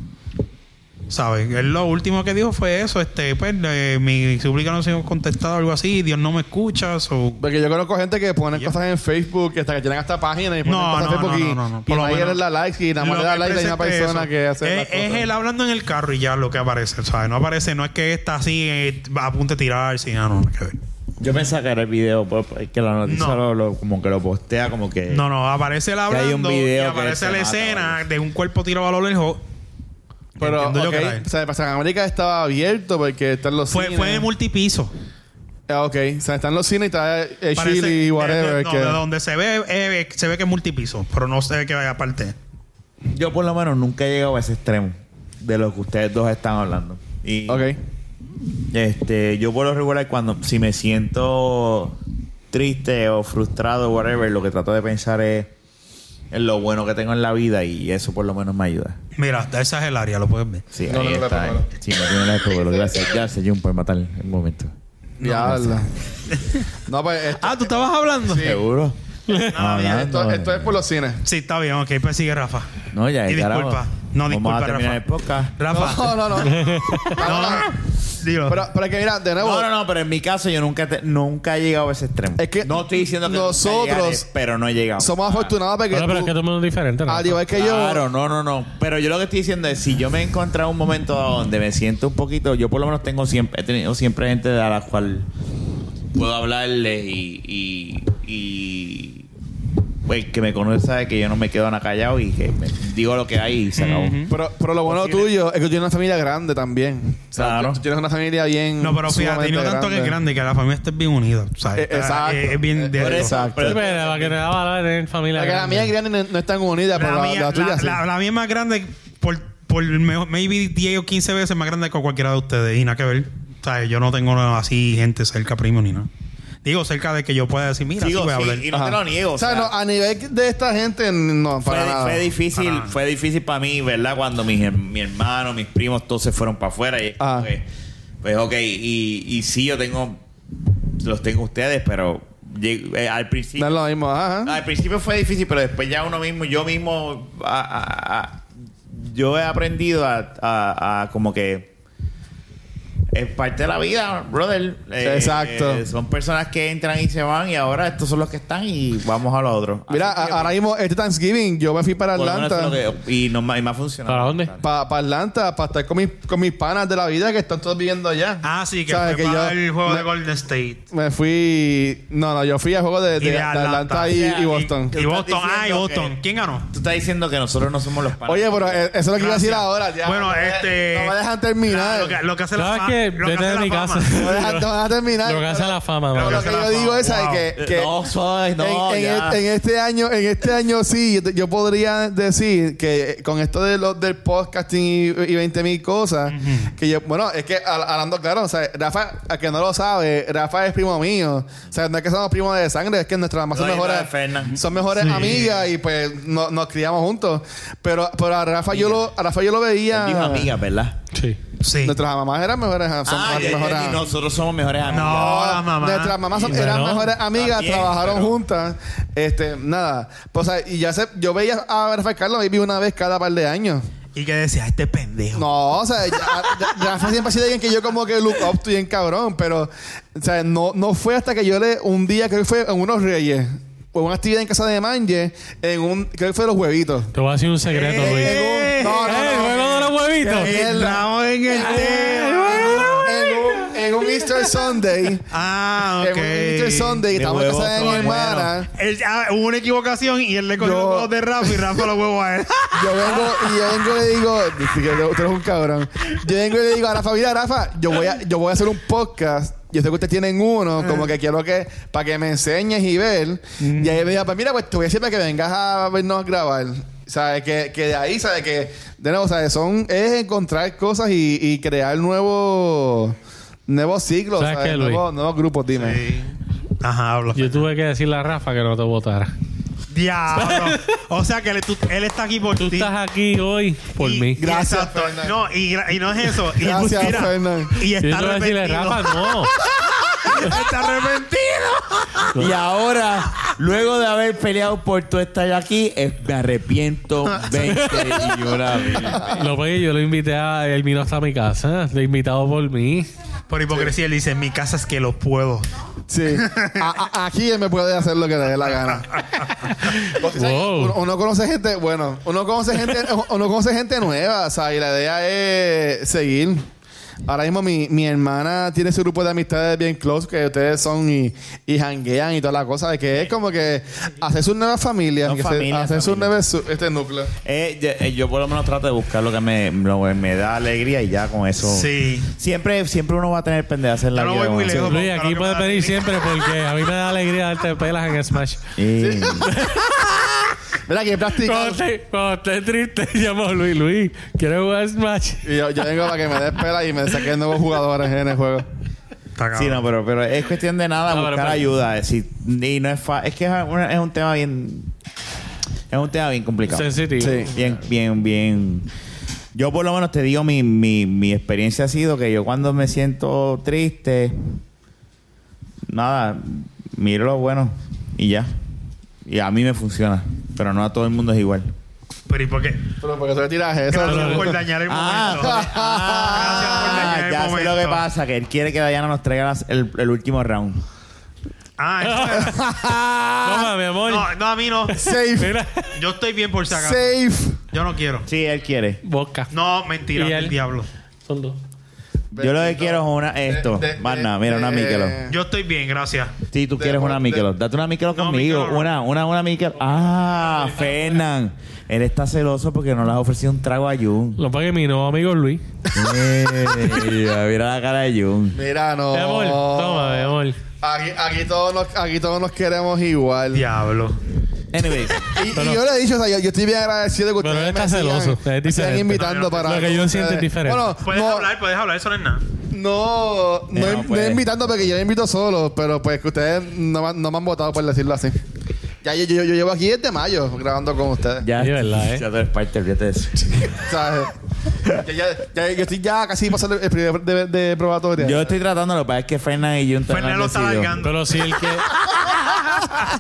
C: ¿Sabes? Él lo último que dijo fue eso, este, pues, eh, mi súplica no se ha contestado algo así, Dios no me escucha, o...
B: Porque yo conozco gente que pone cosas en Facebook, que hasta que tienen hasta páginas y
C: No,
B: ponen cosas en
C: no, no,
B: Facebook y,
C: no, no, no.
B: y
C: Por lo
B: nadie
C: menos
B: le da likes y nada más
C: Lo
B: le da
C: que
B: likes a una
C: presente
B: persona
C: eso.
B: que hace las
C: es, es
B: cosas.
C: él hablando en el carro y ya lo que aparece, ¿sabes? No aparece, no es que está así eh, a punto de tirar, sí, no, no, nada que ver.
A: Yo pensaba que era el video, pues, es que la noticia
C: No.
A: lo, lo- como que lo postea, como que.
C: No, no, aparece él hablando
A: Eh, hay un video
C: y
A: que
C: aparece
A: se
C: la
A: mata,
C: escena
A: ¿vale?
C: de un cuerpo tirado a lo lejos.
B: Pero,
C: Entiendo yo que
B: ok,
C: era él.
B: o sea, para San América estaba abierto porque están los
C: Fue,
B: cines.
C: fue de multipiso.
B: Ah, ok, o sea, están los cines y está el el
C: Parece-
B: chili y whatever.
C: de- de- no,
B: que...
C: de donde se ve, eh, se ve que es multipiso, pero no se ve que vaya aparte.
A: Yo por lo menos nunca he llegado a ese extremo de lo que ustedes dos están hablando. Y
B: Ok.
A: este, yo por lo regular cuando si me siento triste o frustrado, whatever, lo que trato de pensar es es lo bueno que tengo en la vida y eso por lo menos me ayuda.
C: Mira, esa es el área, lo puedes ver.
A: Sí,
B: No,
A: ahí
B: no, no,
A: está. eh.
B: no, no.
A: Sí, no tiene la escoba, pero Gracias, gracias, Jun, por matar un momento.
B: Diablo. No, pues esto,
C: Ah, ¿tú estabas hablando? Sí,
A: ¿Seguro?
C: Nada, mira,
B: esto-
A: no,
B: esto es por los cines.
C: está bien, ok, pues sigue Rafa.
A: No, ya,
C: Y
A: carajo.
C: disculpa. No,
A: Vamos
C: disculpa,
A: a terminar
C: Rafa.
A: el podcast.
C: Rafa,
B: No, no, no.
C: no, dilo.
B: Pero, pero es que mira, de nuevo.
A: No, no, no, pero en mi caso yo nunca, te- nunca he llegado a ese extremo.
B: Es que
A: no estoy diciendo que nunca
B: nosotros
A: llegaré, pero no he llegado.
B: Somos afortunados porque.
D: Bueno, pero es
B: tú- Ah,
D: que todo el mundo es diferente. ¿no?
B: al igual que yo.
A: Claro, no, no, no. Pero yo lo que estoy diciendo es, si yo me he encontrado un momento donde me siento un poquito, yo por lo menos tengo siempre, he tenido siempre gente a la cual puedo hablarle y, y, y pues, el que me conoce sabe que yo no me quedo nada callado y que me digo lo que hay y se acabó.
B: Pero, pero lo bueno tuyo es que tú tienes una familia grande también. O sea,
A: Claro.
B: tú- Tú tienes una familia bien.
C: No, pero fíjate, y no
B: sumamente
C: tanto que es grande, que la familia esté bien unida. O sea,
B: Eh,
C: está-
B: exacto.
C: Es, es bien de
B: Por
C: todo.
B: eso.
D: Sí, pero para que te da valor tener familia.
B: Porque la
D: grande.
B: mía es grande no, no es tan unida, pero
C: La,
B: la,
C: mía,
B: la tuya
C: la-
B: sí.
C: la- la mía es más grande, por, por me- maybe 10 o 15 veces más grande que cualquiera de ustedes. Y nada que ver. O sea, yo no tengo así gente cerca, primo, ni nada. Digo, cerca de que yo pueda decir, mira,
A: Digo,
C: sí voy a
A: sí,
C: hablar.
A: y no te lo niego.
B: O sea, no, a nivel de esta gente, no,
A: fue,
B: para
A: di-
B: nada.
A: fue difícil,
C: Para nada.
A: fue difícil para mí, ¿verdad? Cuando mis her- mi hermano, mis primos, todos se fueron para afuera. Y es como
B: Ah.
A: que, pues, ok, y, y sí, yo tengo, los tengo ustedes, pero lleg- eh, al
B: No
A: principio...
B: es lo mismo, ajá.
A: Al principio fue difícil, pero después ya uno mismo, yo mismo, a- a- a- yo he aprendido a, a- a como que es parte de la vida, brother. Eh,
B: Exacto.
A: eh, son personas que entran y se van y ahora estos son los que están y vamos a los otros.
B: Mira,
A: Así que,
B: a- ahora mismo, este Thanksgiving, yo me fui para
A: por lo menos
B: Atlanta.
A: eso es lo que- y, no, me- y me ha funcionado.
D: ¿Para dónde?
B: Para Atlanta, para estar con mis, con mis panas de la vida que están todos viviendo allá.
C: Ah, sí, que
B: ¿Sabes?
C: fue para
B: yo
C: el juego
B: me,
C: de Golden State.
B: me fui. No, no, yo fui al juego de, de-
C: Y de
B: de
C: Atlanta.
B: Atlanta y, y Boston.
A: ¿Qué
C: Y
A: estás
C: Boston, ah, y
A: diciendo
C: Boston.
A: que-
C: ¿Quién ganó?
A: Tú estás diciendo que nosotros no somos los panas.
B: Oye, pero eh, eso es lo que iba a decir
C: Gracias.
B: ahora. Ya,
C: Bueno,
B: no me-
C: este-
B: No me dejan terminar.
C: Ah, Lo que, lo que hace la
D: ¿Sabes
C: fama.
D: qué?
C: Lo que
D: Vete
C: hace
D: de
C: la
D: mi
C: fama.
D: casa.
B: No me dejan, no me dejan terminar.
D: Lo que hace la fama,
B: Pero
D: mano.
B: lo que yo digo es ¿sabes? que, que
A: no, soy, no,
B: en, en
A: ya.
B: e- en este año, en este año sí, yo- yo podría decir que eh, con esto de los del podcasting y, y 20 mil cosas, que yo, bueno, es que al- hablando claro, o sea, Rafa, a que no lo sabe, Rafa es primo mío. O sea, no es que somos primos de sangre, es que nuestras mamás son
A: No, y la de
B: mejores,
A: Fernan.
B: son mejores amigas y pues no- nos criamos juntos. Pero, pero a Rafa yo lo, a Rafa yo lo veía.
A: Dijo amiga, ¿verdad?
D: Sí.
C: Sí.
B: Nuestras mamás eran mejores, son
A: Ah, ya, ya,
B: mejores
A: y nosotros somos mejores amigos.
C: No, la
B: Ah,
C: mamá.
B: Nuestras mamás son-
D: Y
B: eran
D: bueno,
B: mejores amigas,
A: también,
B: trabajaron
A: pero-
B: juntas. Este, nada. Pues, o sea, y ya sé, yo veía a Rafael Carlos baby una vez cada par de años.
C: Y que decía, este pendejo.
B: No, o sea, ya, ya- Rafa siempre ha sido alguien que yo como que look up to bien cabrón, pero, o sea, no, no fue hasta que yo le, un día, creo que fue en unos reyes, o una actividad en casa de Manje, en un, creo que fue los huevitos.
D: Te voy a decir un secreto,
B: En
D: Luis. ¡Eh,
B: un- no, no, no.
D: el juego de los huevitos!
B: Qué
C: Entramos en el tema.
B: En un- en un Easter Sunday.
C: Ah,
B: En
C: ok.
B: un Easter Sunday, que
A: De
B: estamos en casa de
A: huevo
B: mi
A: todo,
B: hermana.
C: Él- ah, hubo una equivocación y él le cogió
B: Yo-
C: los huevos de Rafa y Rafa los huevos a él.
B: Yo vengo y yo vengo y le digo, dice que tú eres un cabrón. Yo vengo y le digo a Rafa, mira, Rafa, yo voy a, yo voy a hacer un podcast. Yo sé que ustedes tienen uno, como que quiero que, para que me enseñes y ver. Y ahí me dijo, pues mira, pues te voy a decir para que vengas a vernos grabar. ¿Sabes? Que, que de ahí, ¿sabes? Que, de nuevo, ¿sabes? Son, es encontrar cosas y, y crear nuevos, nuevos ciclos,
D: ¿Sabes
B: ¿sabes?
D: qué, Luis?
B: nuevos, nuevos grupos, dime.
C: Ajá, hablo.
D: Yo tuve que decirle a Rafa que no te votara.
C: Diablo. o sea que él, tú- él está aquí por
D: Tú
C: ti.
D: estás aquí hoy por
C: Y-
D: mí.
C: y
B: Gracias,
C: exacto.
B: Fernan.
C: No, y, gra- y no es eso. Y, pues,
B: Gracias,
C: mira,
B: Fernan.
C: Y
D: Yo
C: está
D: tuve que decirle, Rafa,
C: arrepentido.
D: no.
C: está arrepentido.
A: Y ahora, luego de haber peleado por tu estar aquí, eh, me arrepiento 20 y yo la vi.
D: López, pues, yo lo invité a... Él vino hasta mi casa. Lo he invitado por mí.
C: Por hipocresía, él dice, en mi casa es que lo puedo.
B: Sí. A- a- aquí él me puede hacer lo que le dé la gana. Porque, Pues, ¿sabes?
D: Wow.
B: Uno, uno conoce gente, bueno, uno conoce gente, uno conoce gente nueva, o sea, y la idea es seguir. Ahora mismo mi, mi hermana tiene su grupo de amistades bien close que ustedes son y, y hanguean y toda la cosa, de que es como que hacer sus nuevas familias,
A: Son
B: que se-
A: familias,
B: hacer sus
A: familias.
B: nuevos su- este núcleo.
A: Eh, yo, eh, yo por lo menos trato de buscar lo que me, lo que me da alegría y ya con eso.
C: Sí.
A: Siempre, siempre uno va a tener pendejas en la
C: Yo no
A: vida.
C: voy muy
A: uno.
C: lejos.
D: Luis, aquí puedes pedir siempre porque a mí me da alegría darte pelas en Smash.
A: Eh,
B: Mira que
D: Cuando
B: plástico.
D: esté- cuando esté triste, llamo a Luis. Luis, ¿quieres jugar Smash?
B: Y yo, yo vengo para que me des pela y me saquen nuevos jugadores en el juego.
C: Está cabrón.
A: sí, no, pero, pero es cuestión de nada
D: No, pero-
A: buscar eh,
D: pero-
A: ayuda. Es, decir, y no es, fa- es que es, una- es un tema bien. es un tema bien complicado.
D: Sensitivo.
B: Sí.
A: Bien, bien, bien. Yo por lo menos te digo, mi, mi, mi experiencia ha sido que yo cuando me siento triste, nada, miro lo bueno y ya. Y a mí me funciona, pero no a todo el mundo es igual.
C: Pero ¿y por qué?
B: Pero porque tú le tiras eso.
C: Gracias por dañar el
A: Ah,
C: momento.
A: ah,
C: Gracias por dañar el
A: ya sé lo que
C: momento.
A: pasa, que él quiere que Dayana nos traiga las- el, el último round.
C: Ah, eso-
D: Toma, mi amor.
C: no, no, a mí no.
B: Safe.
D: Mira,
C: Yo estoy bien por sacar.
B: Safe.
C: Yo no quiero.
A: Sí, él quiere.
D: boca.
C: No, mentira,
D: ¿Y
C: el
D: él?
C: diablo.
D: Son dos.
A: Yo lo que quiero es una esto.
B: de- de-
A: Más nada, mira, una
B: de-
A: Michelob.
C: Yo estoy bien, gracias.
A: Si tú
B: eh, de-
A: quieres una
B: de-
A: Michelob, date una Michelob
C: No,
A: conmigo.
C: Michelob.
A: Una, una, una Michelob. Ah, Fernan. Él está celoso porque no le has ofrecido un trago a Jun.
D: Lo pague mi nuevo amigo Luis.
A: Eh, mira la cara de Jun.
B: Mira, no.
D: Mi amor, toma, mi amor.
B: Aquí, aquí, todos nos, aquí todos nos queremos igual.
C: Diablo.
A: Anyways,
B: Y, y yo le he dicho, o sea, yo, yo estoy bien agradecido de que
D: Pero
B: ustedes
D: él está
B: me sigan-
D: celoso, es
B: me sigan
D: diferente.
B: invitando
C: No, yo-
B: para
D: lo que yo
B: ustedes.
D: siento es diferente.
B: Bueno,
C: Puedes
B: no,
C: hablar, puedes hablar, eso no es nada.
B: no, no,
A: No,
B: he- no
A: pues.
B: he invitando porque yo le invito solo, pero pues que ustedes no, me han- no me han votado por decirlo así. Ya yo, yo, yo llevo aquí desde mayo grabando con ustedes.
A: ya.
D: Sí, verdad, eh.
A: Ya tú eres parte, olvídate de eso.
B: ¿sabes? Ya- ya- ya- yo estoy ya casi pasando el periodo de, de probatoria.
A: Yo estoy tratando, lo que pasa es que Fernan y Jun todavía no
C: Fernan
A: han
C: lo está
A: decidido.
C: largando.
D: Pero si el que,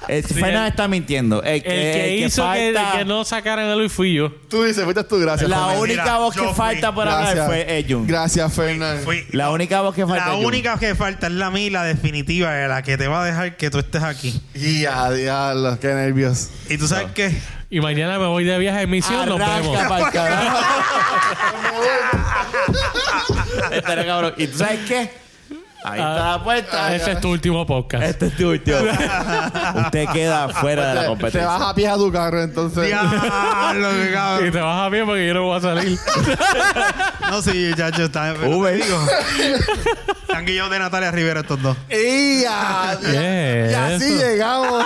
A: Eh, Fernan está mintiendo. El
D: el
A: Eh, que,
D: que
A: el que
D: hizo que,
A: falta-
D: que no sacaran a Luis fui yo.
B: Tú dices, fuiste tú, gracias.
A: La
B: Fernan.
A: única
C: Mira,
A: voz que
C: yo fui.
A: falta por hablar
B: gracias.
A: fue eh, Jun.
B: Gracias, Fernan.
C: Fui-
A: La única voz que falta
C: La
A: es Jun.
C: única que falta es la mía, y la definitiva, eh, la que te va a dejar que tú estés aquí.
B: Y a diablo, qué nervios.
C: Y tú sabes qué?
D: Y mañana me voy de viaje de misión. Nos vemos.
A: Arranca pa'l carajo. Estará cabrón. ¿Y tú sabes qué? Ahí está la puerta.
D: Ese Este es tu último podcast.
A: Este es tu último. Usted queda fuera de
B: Te,
A: la
B: te
A: competencia.
B: vas a pie a tu carro, entonces.
C: Diablo, qué
D: Y
C: cabrón.
D: te vas a bien porque yo no voy a salir.
C: No, sí, ya yo estaba.
A: Uber.
C: Están guillados de Natalia Rivera estos dos.
B: Y, a-
D: ¿Qué
B: y
D: es
B: así
D: eso?
B: llegamos.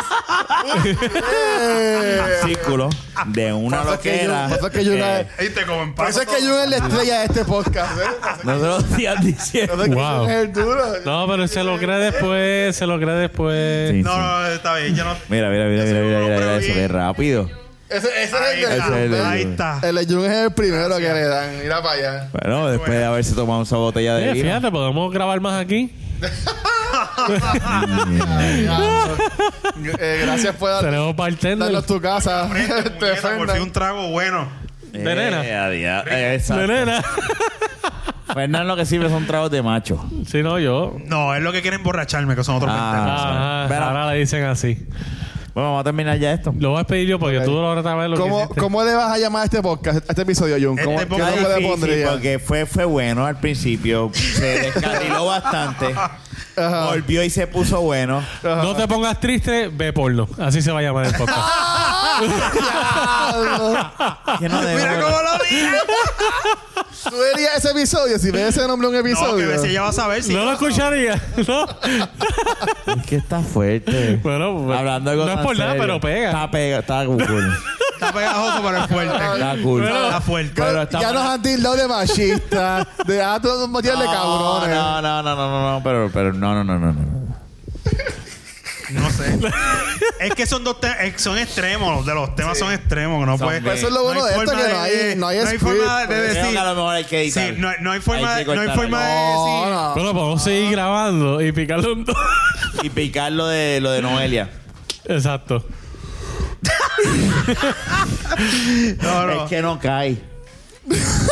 B: Eh.
A: Círculo de una
B: Pasa que
A: loquera.
B: yo- pasa que yo una-
A: eh,
C: Viste como en
B: Por eso es que yo es la estrella de este podcast. ¿eh?
A: Nosotros días diciendo.
B: Por eso es que
D: Wow.
B: Jun es el duro.
D: No, pero se lo cree después. Se lo cree después.
A: Sí,
C: No,
A: sí.
C: no, no, está bien. Yo no.
A: Mira, mira, mira, mira, mira, mira, mira, eso que rápido.
B: Ese, ese
C: Ahí
B: es el de
A: Ese es el de-
B: Jun.
C: está. Ahí está.
B: El de Jun es el primero que le dan. Mira para allá.
A: Bueno, después de haberse tomado esa botella de
D: Oye,
A: vino.
D: Eh, fíjate, podemos grabar más aquí.
B: Eh, gracias por dar-
D: Tenemos bartender.
B: darnos tu casa.
C: Frente,
B: Te
C: puñeta, Por fin
B: ofendan.
C: un trago bueno.
A: De
D: venena.
A: nena.
D: Nena.
A: Fernando lo que sirve son tragos de macho.
D: Si no, yo.
C: No, es lo que quieren emborracharme, que son otros
A: Ah.
D: Ajá,
A: Pero-
D: ahora le dicen así.
A: Bueno, vamos a terminar ya esto.
D: Lo voy a pedir yo porque tú lo vas a ver lo que
B: ¿Cómo,
D: hiciste.
B: ¿Cómo le vas a llamar a este podcast, a este episodio, Jun?
C: Este
B: ¿Cómo, ¿Qué
C: podcast
B: nombre le
A: Difícil,
B: pondrías?
A: porque fue, fue bueno al principio. Se descarriló bastante.
B: Ajá.
A: Volvió y se puso bueno.
D: No te pongas triste, ve porno. Así se va a llamar el
B: Ah,
D: podcast.
B: Diablo.
A: Que no debe-
C: Mira cómo lo dije.
B: ¿Tú verías ese episodio? Si ves ese nombre un
C: No,
B: episodio.
C: que si ella va a saber si.
D: no lo escucharía. No.
A: Es que está fuerte.
D: Bueno, bueno,
A: Hablando Ah. de
D: no
A: cosas
D: es por nada,
A: serias.
D: pero pega.
A: Está pega, está cool.
C: Está pegajoso, pero es fuerte.
A: está cool.
C: Está
B: Ya-
C: fuerte.
A: Pero está
B: ya
A: mal.
B: nos han tildado de machista, de atos material de cabrones. Eh,
A: No, no, no, no, no, no, pero, pero no, no, no, no, no.
C: No sé. es que son dos te- eh, son extremos, de los temas son extremos, que no puedes.
A: Pues eso es
B: lo
C: hay
B: bueno de esto,
C: forma
B: que no hay- no hay script,
C: forma de
B: pues.
A: Creo
C: decir.
A: que a lo mejor hay que editar.
C: Sí, no, hay- no hay forma,
A: Hay
C: de-
A: que
C: no hay forma de
B: No,
C: decir.
B: no.
D: Bueno, podemos seguir grabando y picarlo un to-
A: Y picar lo de, lo de Noelia.
D: Exacto.
C: No, no.
A: Es que no cae.
C: Es que-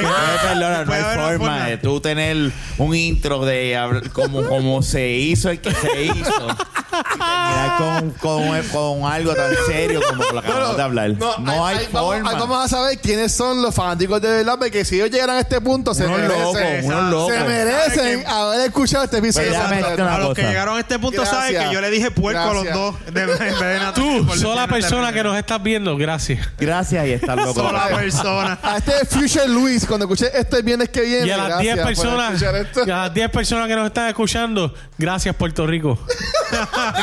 A: Eh, perdona, no
C: puede
A: hay
C: haber una
A: forma, de tú tener un intro de habl- como, como se hizo el que se hizo. Y terminar con, con, con algo tan serio como lo que acabamos de hablar. No, hay,
B: ahí- ahí vamos-
A: forma.
B: ahí vamos a saber quiénes son los fanáticos de verdad, porque si ellos llegaran a este punto, se
A: unos
B: merecen.
A: locos,
C: esa-
A: unos locos.
B: Se
C: ¿Sabe
B: merecen
C: qué?
B: haber escuchado este episodio.
A: Pues ya me-
B: completo.
A: una
C: A los que
A: cosa.
C: llegaron a este punto
B: Gracias.
C: saben que yo le dije puerco a los
B: Gracias.
C: dos. De, de, de Natalia,
D: Tú,
C: por
D: sola
C: decirle
D: persona
C: Natalia.
D: que nos estás viendo, gracias.
A: Gracias y estás loco.
C: Sola persona.
B: A este Future Luis, cuando escuché este viernes que viene.
D: Y a las
B: gracias
D: 10
B: por
D: personas,
B: escuchar esto.
D: y a las 10 personas que nos están escuchando, gracias Puerto Rico.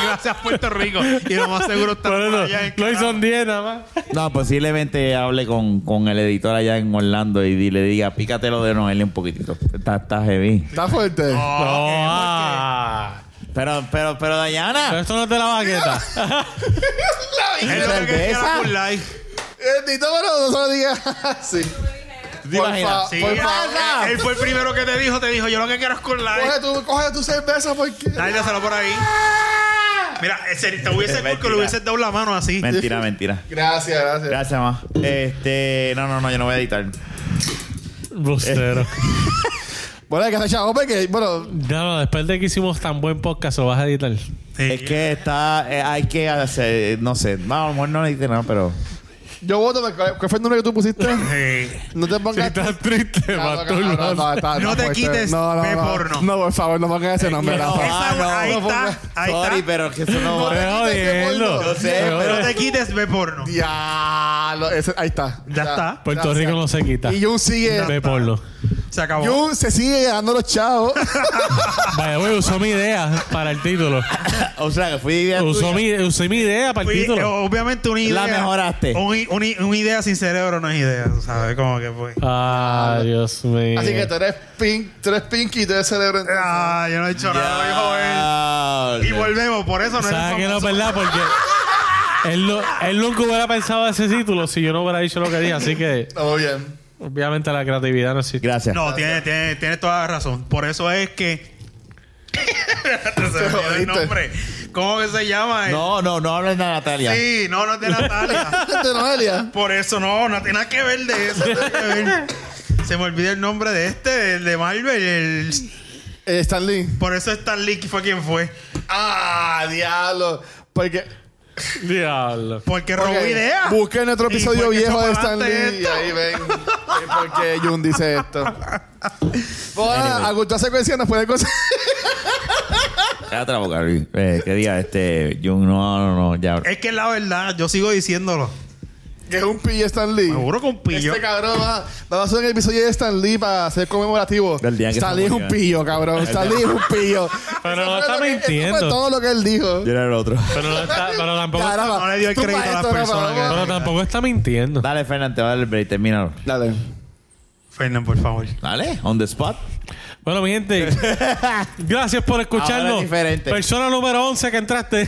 C: Gracias Puerto Rico. Y lo más seguro está
D: Por eso,
C: allá en
D: no
C: carajo.
D: son 10 nada más.
A: No, posiblemente hable con, con el editor allá en Orlando y di- le diga, pícatelo de Noelia un poquitito. Está, está heavy.
B: Está fuerte.
C: No,
D: No,
C: que-
D: ah.
A: Pero, pero, pero,
D: Pero
A: Dayana.
D: esto no es de la baqueta.
A: ¿Qué
C: Eso es lo que
A: cerveza?
C: quiera Cool Light.
B: Tito, pero Eh, no se lo digas así.
A: ¿Tú te imaginas?
C: Sí,
B: Por
C: él-
A: Ah.
B: favor.
C: él fue el primero que te dijo, te dijo, yo lo que quiero es Cool Light.
A: Pues,
B: Coge tu, coge tu cerveza porque...
C: Dárselo por ahí. Mira, ese- te hubiese cool que le
A: ah. Mentira.
C: hubiese dado la mano así.
A: Mentira, mentira.
B: Gracias, gracias.
A: Gracias, ma. Este, no, no, no, yo no voy a editar.
D: Brustero.
B: Bueno, hay que hacer chavo porque, bueno,
D: No, no, después de que hicimos tan buen podcast, lo vas a editar.
C: Sí.
A: Es que está, eh, hay que hacer, no sé, no, a lo mejor no edité nada, pero.
B: yo voto. porque- ¿Cuál fue el número que tú pusiste?
C: Sí.
B: No te pongas... Ah,
D: triste,
B: No, no, no, no, no, está-
C: No
B: está
C: te
B: fuerte.
C: quites,
B: no, no,
C: ve
B: no.
C: porno.
B: No, por favor, no pongas ese nombre.
A: No,
B: Rafa.
C: Esa- ahí
A: no,
C: está,
A: ponga-
C: ahí
A: Sorry,
C: está.
A: pero es que eso no.
D: Pero jodiendo.
A: Yo sé, pero-
C: No te quites, ve porno.
B: Diablo, ese- ahí está.
C: Ya está.
D: Puerto Rico no se quita.
B: Y Jun sigue.
D: Ve porno.
C: Se acabó.
B: Jun se sigue ganando los chavos.
D: Vaya, güey, usó mi idea para el título.
A: O sea, que fui idea
D: Usó
A: tuya.
D: mi, usé mi idea para el
C: Fui- eh,
D: título.
C: obviamente una idea.
A: La mejoraste.
C: un- un- una idea sin cerebro no es idea, ¿sabes? Como que fue.
D: Ah, Dios mío.
B: Así que tú eres pink, tú eres pinky y tú eres cerebro. entonces.
C: Ah, yo no he hecho nada, hijo. eh. Y
A: Diablo.
C: volvemos, por eso no
D: ¿Sabes que no es
C: famoso.
D: verdad? Porque él, no- él nunca hubiera pensado ese título si yo no hubiera dicho lo que dije. Así que,
B: Está muy bien.
D: obviamente, la creatividad no existe.
A: Gracias.
C: No, tiene, tiene, tiene toda la razón. Por eso es que. se me olvidó el
B: jodiste.
C: nombre. ¿Cómo que se llama?
A: No, no, no hables de Natalia.
C: eh. Sí, no, no es de Natalia.
B: Gente, Noelia.
C: Por eso no, no tiene nada que ver de eso. nada que ver. Se me olvida el nombre de este, el de Marvel. el-
B: Eh, Stan Lee.
C: Por eso Stan Lee fue quien fue.
B: Ah, diablo. Porque.
D: Diablo.
C: Porque
B: ok,
C: robó ideas.
B: Busquen otro
C: Y
B: episodio
C: porque
B: viejo
C: eso
B: de Stan
C: pagaste
B: Lee. Y
C: esto.
B: ahí ven. eh, ¿Por qué Jun dice esto? Bueno,
A: Anyway.
B: a gustar secuencia nos puede conseguir.
A: Cállate la boca, Luis. Eh, que diga este. Yo no, no, no, ya.
C: Es que es la verdad, yo sigo diciéndolo.
B: Que es un pillo Stan Lee.
C: Seguro con pillo.
B: Este cabrón va, va a hacer un episodio de Stan Lee para ser conmemorativo.
A: Del día que
B: Stan
A: se
B: Lee es un
A: murió.
B: pillo, cabrón. Stan Lee es un pillo.
D: Pero
B: Eso
D: no
B: fue
D: está
B: lo que- eso Fue
D: mintiendo.
B: todo lo que él dijo.
A: Yo era el otro.
D: Pero, no está- pero tampoco,
B: Ya, Rafa,
C: no le dio el
B: tú
C: crédito
B: pa'
C: a las
B: esto, Rafa,
C: personas que-
B: vamos.
D: pero tampoco está mintiendo.
A: Dale, Fernan, te va a dar el break. Termínalo.
B: Dale.
C: Fernan, por favor.
A: Dale, on the spot.
D: Bueno, mi gente, gracias por
A: Ahora
D: escucharnos.
A: es diferente.
D: Persona número 11 que entraste.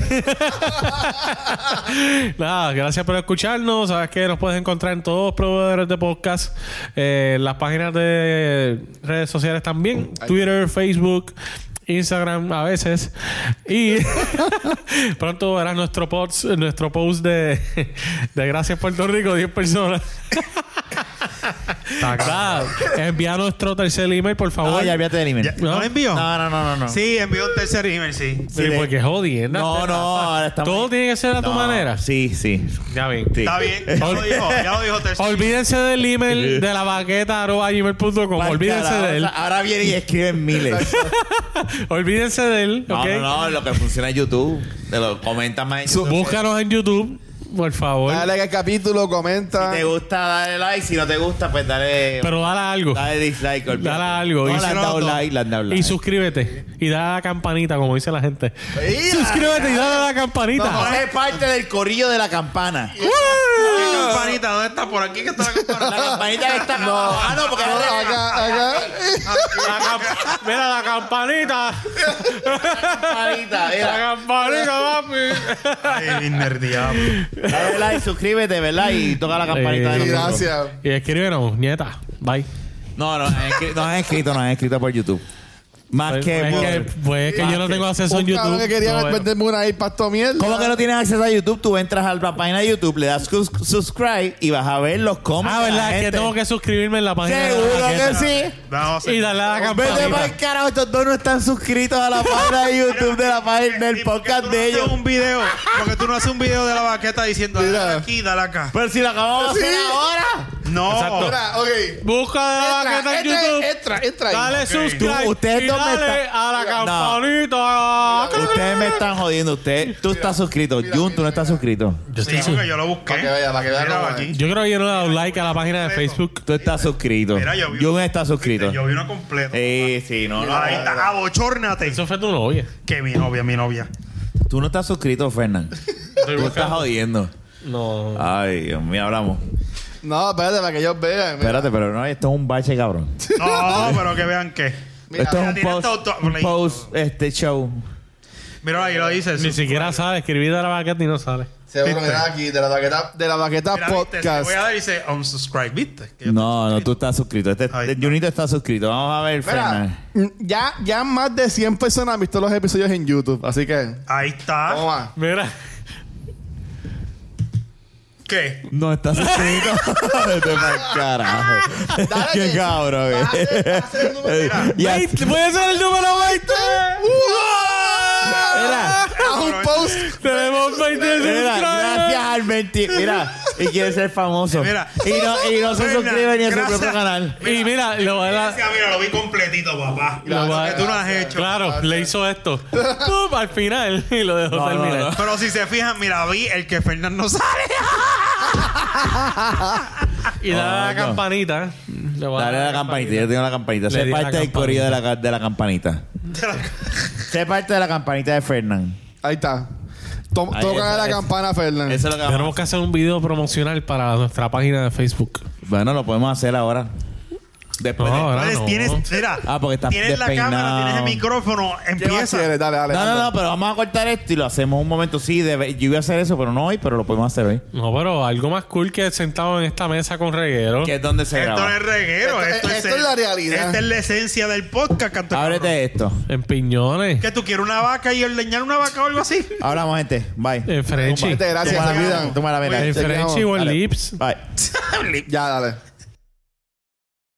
D: Nada, gracias por escucharnos. Sabes que nos puedes encontrar en todos los proveedores de podcast, eh, las páginas de redes sociales también, Twitter, Facebook. Instagram a veces y pronto verás nuestro post nuestro post de, de gracias Puerto Rico 10 personas Nada, envía nuestro tercer email por favor
A: No, Ah. ya olvídate del email.
C: Ya- ¿No,
D: No.
C: lo envío?
A: No, no, no, no. no.
C: Sí, envió un tercer email, sí.
D: Sí,
A: de-
D: porque jodiendo.
A: No, no, ahora estamos.
D: Todo tiene que ser a tu
A: No,
D: manera.
A: Sí, sí.
D: Ya bien.
A: sí.
C: Está bien, ya lo dijo, ya lo dijo tercer
D: Olvídense del email de la baqueta arroba gmail.com.
A: Marca
D: Olvídense
A: la
D: de él.
A: otra. Ahora viene y escriben miles.
D: Olvídense de él.
A: No,
D: ¿ok?
A: no, no, lo que funciona es YouTube. Te lo comenta más en YouTube.
D: Búscanos en YouTube, por favor.
B: Dale like al capítulo, comenta.
A: Si te gusta, dale like. Si no te gusta, pues dale.
D: Pero dale algo.
A: dale dislike. olvídate.
D: Dale algo.
A: No,
D: Y
A: le
D: si
A: han
D: no,
A: dado
D: no.
A: like, le han dado like.
D: Y suscríbete. Y dale a la campanita, como dice la gente.
B: Mira.
D: Suscríbete y dale a la
A: No
D: campanita.
A: es parte del corrillo de la campana.
C: ¿Qué campanita? ¿Dónde está? ¿Por aquí que está la
A: La
C: campanita?
A: campanita que está. No. Ah, no, porque.
B: No, acá, acá.
D: La cam- Mira la campanita.
A: campanita.
D: La
A: mira.
D: campanita, papi.
C: Ay, Binder, diablo.
A: Dale like, suscríbete, ¿verdad? Y toca la campanita de
D: Eh,
B: Y
A: nosotros.
B: gracias.
D: Y escríbenos, nieta. Bye.
A: No, no, nos han escri- nos han escrito, nos han escrito por YouTube. Más
D: Pues,
A: que
D: es
A: por.
D: que, pues, es que
A: Ah,
D: yo no tengo acceso
B: Un
D: en
B: cabrón
D: YouTube.
B: que quería
D: No, eh, bueno.
B: venderme una iPad to mierda.
A: ¿Cómo que no tienes acceso a YouTube? Tú entras a la página de YouTube, le das sus- subscribe y vas a ver los comments.
D: Ah,
A: de la
D: ¿verdad? Que
A: gente.
D: tengo que suscribirme en la página. de la
A: Seguro que
D: Baqueta.
A: sí.
C: Vamos a
D: Y darle a la
A: Vete para el
D: campanita.
A: carajo, estos dos no están suscritos a la página de YouTube de la página del podcast de ellos.
C: un video, porque tú no haces un video de la baqueta diciendo,
B: Mira.
C: dale aquí, dale acá.
A: Pero si lo acabamos de
B: Sí.
A: hacer ahora.
C: No.
D: Exacto.
B: Mira, ok.
D: Busca de la
B: Entra,
D: baqueta Ah, en
B: entra,
D: YouTube.
B: entra, entra ahí.
D: Dale subscribe.
A: Tú- ustedes
D: y
A: dos me
D: dale
A: están-
D: a la
A: Mira, campanita.
D: campanita.
A: Ustedes me están jodiendo. Usted, tú estás suscrito. Jun, tú no estás suscrito.
D: Yo,
C: Sí,
D: estoy su-
C: porque yo lo busqué.
B: Para que vea, para que vea
C: Mira,
B: cómo
C: aquí.
D: yo creo que yo no le he dado like a la página de Facebook.
A: Tú estás suscrito.
C: Mira, yo vi-
A: Jun está suscrito.
C: Yo vi una completa.
A: Sí, sí, no, no.
C: Ahí está, abochórnate.
D: Eso fue tu novia.
C: Que mi novia, mi novia.
A: Tú no estás suscrito, Fernán. Tú estás jodiendo.
D: No.
A: Ay, Dios mío, hablamos.
B: No, espérate, para que ellos vean. Mira,
A: Espérate, pero no, esto es un bache, cabrón.
C: No, pero que vean qué.
B: mira,
A: esto es
C: mira,
A: un
C: tiene
A: post,
C: todo- todo-
A: un post este show.
C: Mira, ahí lo dice.
D: Ni
C: su-
D: siquiera sale, escribí de la baqueta y no sale.
B: Seguro,
C: ¿Viste?
B: mira aquí, de la baqueta, de la baqueta
C: Mira, viste, te
B: podcast.
C: voy a dar y dice unsubscribe, ¿viste? Que yo-
A: No, no, tú estás suscrito. Este,
C: Ahí está.
A: Junito está suscrito. Vamos a ver, Fernan.
B: Mira, mm, ya, ya más de 100 personas han visto los episodios en YouTube, así que.
C: Ahí está.
B: Vamos más.
D: Mira,
C: ¿Qué?
A: No está suscrito. Vete para carajo.
B: Dale,
A: Qué
B: que-
A: cabrón, eh.
B: Hace- hace el número- mira,
A: Y a-
D: Veinte, voy a ser el número 20.
A: Mira,
B: haz un post.
D: Tenemos 20
A: mira, gracias
D: suscriptores.
A: al mentir. Mira, y quiere ser famoso.
C: Mira.
A: y no, y no se
C: Fernan,
A: suscribe ni a su
C: gracias.
A: propio canal.
D: Y mira, lo voy a dar-
C: Decía, mira, lo vi completito, papá.
D: Lo va-
C: Lo que tú no has hecho.
D: Claro, le hizo esto. Pum, al final y lo dejó
A: No, no,
D: terminar.
A: no.
C: Pero si se fijan, mira, vi el que Fernando sale.
D: Y dale a la
A: Coño.
D: campanita. Le voy a dar
A: Ah, Dale a la campanita. Yo tengo la campanita. Sé
D: di la
A: parte del
D: campanita.
A: corrido de la, ca- de la campanita. Sé parte de la campanita de Fernán.
B: Ahí está. To-
A: Ahí,
B: toca
A: esa-
B: la
A: esa-
B: campana, Fernan.
A: Eso es lo que
D: Tenemos
A: vamos.
D: que hacer un video promocional para nuestra página de Facebook.
A: Bueno, lo podemos hacer ahora. Después. de-
D: No, ahora
C: Entonces,
D: no.
C: tienes, mira,
A: Ah, porque estás
C: tienes la
A: despeinado.
C: cámara, tienes el micrófono,
B: ¿Qué más
C: empieza.
B: quieres? Dale, dale.
A: No, no,
B: hazlo.
A: no, pero vamos a cortar esto y lo hacemos un momento. Sí, debe- yo iba a hacer eso, pero no hoy, pero lo podemos hacer hoy.
D: No, pero algo más cool que sentado en esta mesa con reguero.
A: Que es donde se
C: Esto no
A: graba.
C: es reguero.
B: Esto-
C: Esto,
B: esto es la realidad.
C: Esta es la esencia del podcast, canto de cabrón.
A: Ábrete esto.
D: En piñones.
C: ¿Que tú quieres una vaca y ordeñar una vaca o algo así?
A: Hablamos, gente. Bye.
D: En Frenchy.
B: Gente, gracias.
A: Toma
B: Se
A: Eh, la
B: cuidan.
A: Toma la vela.
D: En
B: Chequeamos.
D: Frenchy o en
A: Dale.
D: Lips.
A: Bye.
B: Ya, dale.